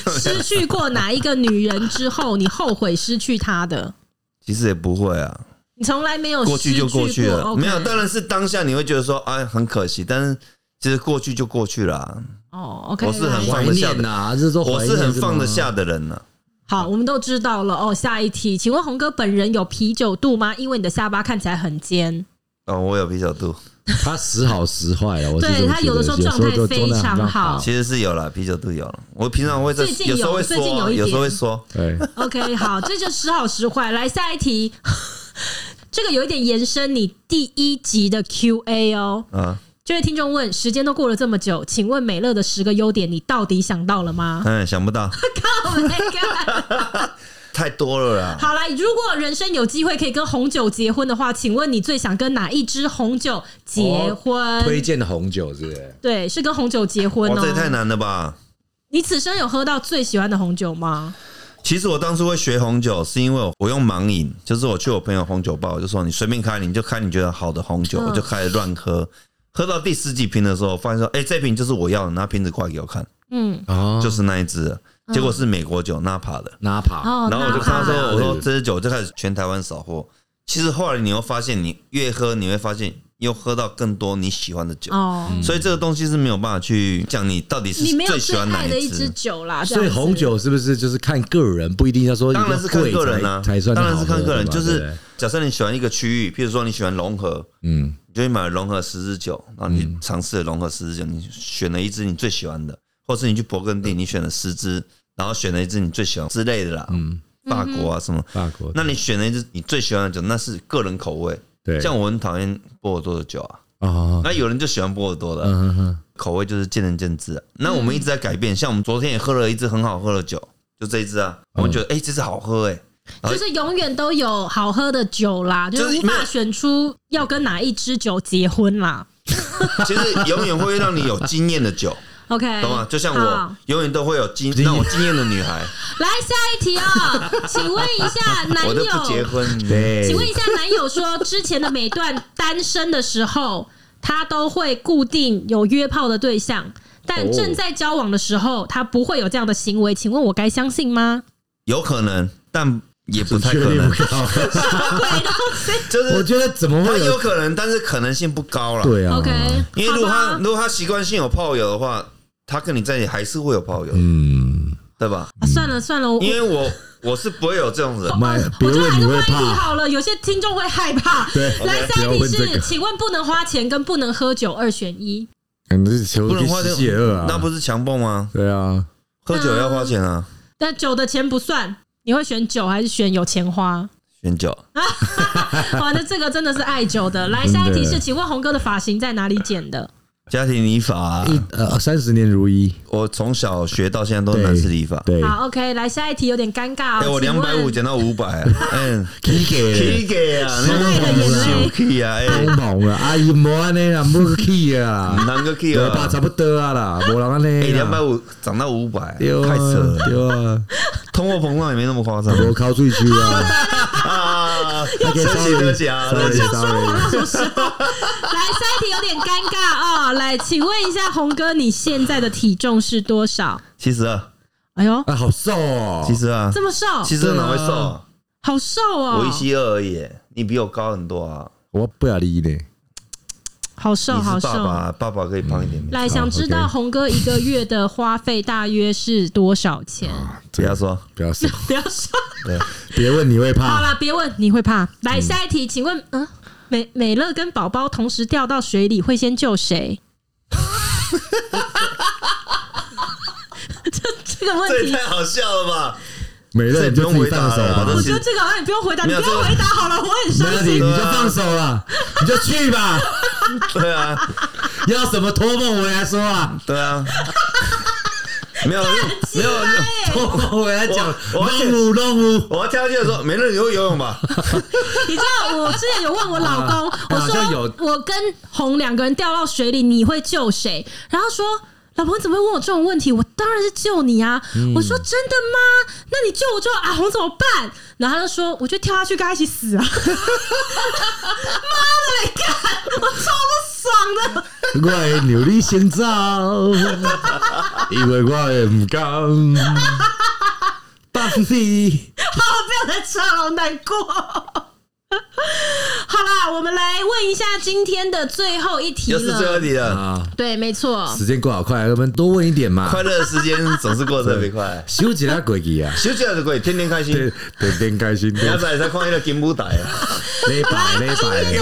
Speaker 2: 失去过哪一个女人之后，你后悔失去她的？
Speaker 3: 其实也不会啊，
Speaker 2: 你从来没有
Speaker 3: 过去就过去了，没有。当
Speaker 2: 然
Speaker 3: 然是当下你会觉得说，哎，很可惜，但是其实过去就过去了啊、
Speaker 2: 哦，OK，
Speaker 3: 我是很
Speaker 2: 来
Speaker 1: 怀念呐，就是啊说怀
Speaker 3: 啊我
Speaker 1: 念
Speaker 3: 是很
Speaker 1: 吗
Speaker 3: 放得下的人呢、啊
Speaker 2: 好，我们都知道了哦。下一题，请问红哥本人有啤酒肚吗？因为你的下巴看起来很尖。
Speaker 3: 哦，我有啤酒肚，
Speaker 1: 他时好时坏啊了，我是
Speaker 2: 对
Speaker 1: 这么
Speaker 2: 他有的
Speaker 1: 觉
Speaker 2: 时
Speaker 1: 得有时候
Speaker 2: 候状态
Speaker 1: 就
Speaker 2: 非
Speaker 1: 状态很
Speaker 2: 常
Speaker 1: 棒
Speaker 2: 好
Speaker 3: 其实是有了，啤酒肚有了。我平常会在，
Speaker 2: 最近有
Speaker 3: 有时候会
Speaker 2: 最近
Speaker 3: 说
Speaker 2: 有
Speaker 3: 啊，
Speaker 2: 一点
Speaker 3: 有时候会说，
Speaker 1: 对，
Speaker 2: OK，好，这就时好时坏。来下一题， 这个有一点延伸你第一集的 Q&A 哦。
Speaker 3: 啊，
Speaker 2: 这位听众问：时间都过了这么久，请问美乐的十个优点，你到底想到了 吗
Speaker 3: 嗯，想不到，
Speaker 2: ？Oh my god！
Speaker 3: 太多 了啦。
Speaker 2: 好来，如果人生有机会可以跟红酒结婚的话，请问你最想跟哪一支红酒结
Speaker 3: 哦
Speaker 2: 婚？
Speaker 1: 推荐的红酒是不是？
Speaker 2: 对，是跟红酒结婚
Speaker 3: 哇，
Speaker 2: 哦。
Speaker 3: 这也太难了吧！
Speaker 2: 你此生有喝到最喜欢的红酒吗？
Speaker 3: 其实我当初会学红酒，是因为我用盲饮，就是我去我朋友红酒吧，我就说你随便开，你就开你觉得好的红酒，
Speaker 2: 嗯
Speaker 3: 我就开始乱喝。喝到第十几瓶的时候，我发现说，哎、这瓶就是我要的，拿瓶子过来给我看，
Speaker 2: 嗯，
Speaker 1: 哦
Speaker 3: 就是那一支了。结果是美国酒 Napa 的，
Speaker 1: 纳帕，
Speaker 2: 哦，
Speaker 3: 然后我就
Speaker 2: 纳
Speaker 3: 看到
Speaker 2: 帕
Speaker 3: 之后，我说哦
Speaker 1: 对
Speaker 3: 这支酒就开始全台湾扫货。其实后来你又发现，你越喝你会发现又喝到更多你喜欢的酒，
Speaker 2: 哦，
Speaker 3: 所以这个东西是没有办法去讲你到底是
Speaker 2: 你没有
Speaker 3: 最喜
Speaker 2: 最
Speaker 3: 欢哪
Speaker 2: 爱的
Speaker 3: 一
Speaker 2: 支
Speaker 3: 支。
Speaker 2: 酒啦，这
Speaker 1: 所以
Speaker 2: 样子
Speaker 1: 红酒是不是就是看个人，不一定要说一定
Speaker 3: 当
Speaker 1: 要
Speaker 3: 然是看
Speaker 1: 贵
Speaker 3: 个人
Speaker 1: 才
Speaker 3: 啊，
Speaker 1: 才算
Speaker 3: 当然是
Speaker 1: 好喝
Speaker 3: 看个人。
Speaker 1: 嘛对
Speaker 3: 就
Speaker 1: 不
Speaker 3: 是
Speaker 1: 对
Speaker 3: 假设你喜欢一个区域，譬如说你喜欢融合，
Speaker 1: 嗯
Speaker 3: 你就会买融合十支酒，然后你尝试了融合十支酒，你选了一支你最喜欢的，或是你去勃艮第，你选了十支，然后选了一支你最喜欢之类的啦，
Speaker 1: 嗯，
Speaker 3: 法国啊什么。
Speaker 1: 法国
Speaker 3: 那你选了一支你最喜欢的酒，那是个人口味。
Speaker 1: 对
Speaker 3: 像我很讨厌波尔多的酒啊，
Speaker 1: 啊，
Speaker 3: 那有人就喜欢波尔多的，
Speaker 1: 嗯哼哼，
Speaker 3: 口味就是见仁见智啊。那我们一直在改变，像我们昨天也喝了一支很好喝的酒，就这一支啊，我
Speaker 1: 哦
Speaker 3: 们觉得哎、这支好喝哎、
Speaker 2: 就是永远都有好喝的酒啦，就
Speaker 3: 就是是
Speaker 2: 无
Speaker 3: 没
Speaker 2: 法
Speaker 3: 有
Speaker 2: 选出要跟哪一支酒结婚啦。
Speaker 3: 其实永远会让你有经验的酒，
Speaker 2: OK，
Speaker 3: 懂吗？就像
Speaker 2: 哎好
Speaker 3: 我永远都会有经让我惊艳的女孩，
Speaker 2: 来下一题啊、请问一下男
Speaker 3: 我都不结
Speaker 2: 友，
Speaker 3: 婚。
Speaker 1: 对，
Speaker 2: 请问一下男友说，之前的每段单身的时候，他都会固定有约炮的对象，但
Speaker 1: 哦
Speaker 2: 正在交往的时候，他不会有这样的行为，请问我该相信 吗？
Speaker 3: 有可能，但也不
Speaker 1: 准
Speaker 3: 太
Speaker 1: 确
Speaker 3: 可
Speaker 1: 率
Speaker 3: 能
Speaker 1: 不。高，
Speaker 3: 就
Speaker 1: 我
Speaker 3: 是
Speaker 1: 觉得怎么
Speaker 3: 他
Speaker 1: 会
Speaker 3: 有可能，但是可能性不高了。，
Speaker 1: 对啊
Speaker 2: OK，
Speaker 3: 因为如果他
Speaker 2: 好吧
Speaker 3: 如果他习惯性有炮友的话，他跟你在一起还是会有炮友，
Speaker 1: 嗯，
Speaker 3: 对吧？
Speaker 2: 啊算了算了，我
Speaker 3: 因为我我是不会有这种人，
Speaker 1: 妈呀，别
Speaker 2: 哦我觉得
Speaker 1: 问
Speaker 2: 还
Speaker 1: 你
Speaker 2: 是
Speaker 1: 会
Speaker 2: 换一题
Speaker 1: 怕，
Speaker 2: 好了，有些听众会害怕。
Speaker 1: 对
Speaker 2: 来
Speaker 1: 不
Speaker 2: 下
Speaker 1: 要
Speaker 2: 一题
Speaker 1: 问这
Speaker 2: 是，
Speaker 1: 个
Speaker 2: 请问不能花钱跟不能喝酒二选一，
Speaker 1: 嗯，这是求
Speaker 3: 不能花
Speaker 1: 一解
Speaker 3: 钱
Speaker 1: 二啊，，
Speaker 3: 那不是强暴吗？
Speaker 1: 对啊，
Speaker 3: 喝酒要花钱啊，
Speaker 2: 但酒的钱不算，你会选酒还是选有钱花？
Speaker 3: 选酒。
Speaker 2: 哇，那这个真的是爱酒的。来下一题
Speaker 1: 真
Speaker 2: 是，
Speaker 1: 的
Speaker 2: 请问红哥的发型在哪里剪的？
Speaker 3: 家庭理发啊、
Speaker 1: 一呃三十年如一，
Speaker 3: 我从小学到现在都是男士理发。
Speaker 1: 对，
Speaker 2: 好，OK，来下一题有点尴尬
Speaker 3: 哎、
Speaker 2: 哦。
Speaker 3: 我
Speaker 2: 请
Speaker 3: 两百
Speaker 2: 问
Speaker 3: 五减到五百、嗯，
Speaker 1: 给给
Speaker 3: 提给啊，
Speaker 1: 收
Speaker 3: 那
Speaker 1: 到了
Speaker 3: 个小 key 啊，哎、
Speaker 1: 崩棚啊，阿姨莫安尼啦，莫去啊啦，
Speaker 3: 难个 key
Speaker 1: 对吧？
Speaker 3: 啊
Speaker 1: 差，不多啊啦，无人安
Speaker 3: 哎，
Speaker 1: 尼
Speaker 3: 两百
Speaker 1: 啦，
Speaker 3: 五涨到五百，太
Speaker 1: 对啊
Speaker 3: 扯了，
Speaker 1: 对啊，
Speaker 3: 通货膨胀也没那么夸张
Speaker 1: 无靠最区啊，
Speaker 3: 啊！
Speaker 1: 要
Speaker 3: 对不起，
Speaker 1: sorry
Speaker 3: 对不起啊，对不起
Speaker 1: sorry
Speaker 2: 说谎到什么时候？ 来下一题有点尴尬哦。来，请问一下红哥，你现在的体重是多少？
Speaker 3: 七十二，
Speaker 2: 哎呦，
Speaker 3: 呃
Speaker 1: 啊，好瘦哦，
Speaker 3: 七十二，
Speaker 2: 这么瘦，
Speaker 3: 七十二哪会瘦啊？
Speaker 2: 好瘦哦，
Speaker 3: 我一七二而已，你比我高很多啊！
Speaker 1: 我不要理你，
Speaker 2: 好瘦，
Speaker 3: 你
Speaker 2: 啊好
Speaker 3: 是
Speaker 2: 瘦。
Speaker 3: 爸爸，爸爸可以胖一点，
Speaker 2: 来，想知道
Speaker 1: 哦 OK
Speaker 2: 红哥一个月的花费大约是多少钱？
Speaker 3: 不要说
Speaker 1: 不要瘦，
Speaker 2: 不要说，
Speaker 1: 别问你会
Speaker 2: 好
Speaker 1: 怕，
Speaker 3: 啊
Speaker 2: 啦，别问，你会怕。来，下一题，请问，嗯，美美乐跟宝宝同时掉到水里，会先救 谁？这这个
Speaker 3: 这
Speaker 2: 问
Speaker 3: 也
Speaker 2: 题，
Speaker 3: 太好笑了吧！
Speaker 1: 每个人就自己放手吧
Speaker 3: 这。
Speaker 2: 我
Speaker 3: 也不
Speaker 2: 觉得这个好像也不用回答，你
Speaker 3: 没有
Speaker 2: 不要
Speaker 3: 这个
Speaker 2: 回答好了，我很
Speaker 1: 没
Speaker 2: 伤
Speaker 1: 问题，
Speaker 2: 心。
Speaker 1: 你就放手了，你就去吧。
Speaker 3: 对啊，
Speaker 1: 要什么托梦回来说啊？
Speaker 3: 对啊，没有没有，
Speaker 1: 托梦回来讲，
Speaker 3: 我我
Speaker 1: 弄五弄五，
Speaker 3: 我要跳进来说，没人你会游泳吧？
Speaker 2: 你知道我之前有问我老公，
Speaker 1: 啊
Speaker 2: 我
Speaker 1: 好像有
Speaker 2: 说我跟红两个人掉到水里，你会救谁？然后说。老婆你怎么会问我这种问题？我当然是救你啊！
Speaker 1: 嗯
Speaker 2: 我说真的吗？那你救我之后，阿红怎么办？然后他就说，我就跳下去跟他一起 死啊！妈的嘞，干我超不爽的。
Speaker 1: 我会努力寻找，因为我也不甘。 放弃，
Speaker 2: 好，不要再唱了，好难过。好啦，我们来问一下今天的最后一题
Speaker 3: 又是最后
Speaker 2: 了
Speaker 3: 一。题了，
Speaker 1: 啊！
Speaker 2: 对，没错。
Speaker 1: 时间过好快，我们多问一点嘛。
Speaker 3: 快乐的时间总是过得特别快。
Speaker 1: 休息下过去 啊，
Speaker 3: 休假就可以天天开心，
Speaker 1: 对，天天开心，
Speaker 3: 明
Speaker 1: 礼
Speaker 3: 仔载再看那个金舞台啊，
Speaker 1: 拜礼
Speaker 3: 金
Speaker 1: 拜，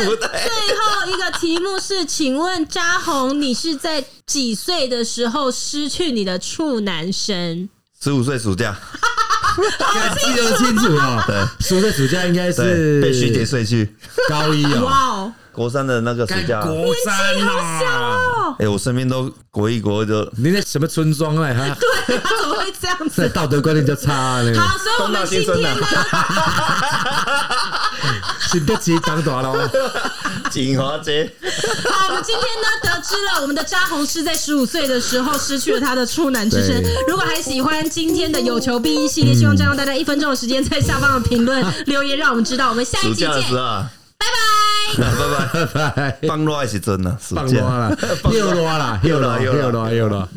Speaker 3: 舞台。
Speaker 2: 最后一个题目是，请问扎红，你是在几岁的时候失去你的处男神？
Speaker 3: 十五岁暑假，
Speaker 1: 记得清楚哦。暑假暑假应该
Speaker 3: 对，
Speaker 1: 是
Speaker 3: 被徐姐睡去。
Speaker 1: 高一哦，
Speaker 2: 哇哦，
Speaker 3: 国三的那个暑假，
Speaker 1: 国三啊！
Speaker 2: 哦
Speaker 3: 哎，我身边都国一国二 都
Speaker 1: 你那什么村庄来 哈？
Speaker 2: 对，他怎么会这样
Speaker 1: 这
Speaker 2: 子？
Speaker 1: 道德观念就差了，
Speaker 2: 好，所以我们今天呢，
Speaker 1: 啊新得起当大咯。
Speaker 3: 锦华街，
Speaker 2: 好，我们今天呢得知了我们的扎红是在十五岁的时候失去了他的处男之身
Speaker 1: 对。
Speaker 2: 如果还喜欢今天的有求必应系列，希望占用大家一分钟的时间，在下方的评论留言，让我们知道。我们下一
Speaker 3: 暑
Speaker 2: 期
Speaker 3: 假的
Speaker 2: 见，
Speaker 3: 时候啊， 拜拜，拜拜，
Speaker 1: 拜拜，
Speaker 3: 放落也是真的，暑
Speaker 1: 放啊
Speaker 3: 假
Speaker 1: 乱。啦，又乱啦，又乱，又乱，又乱。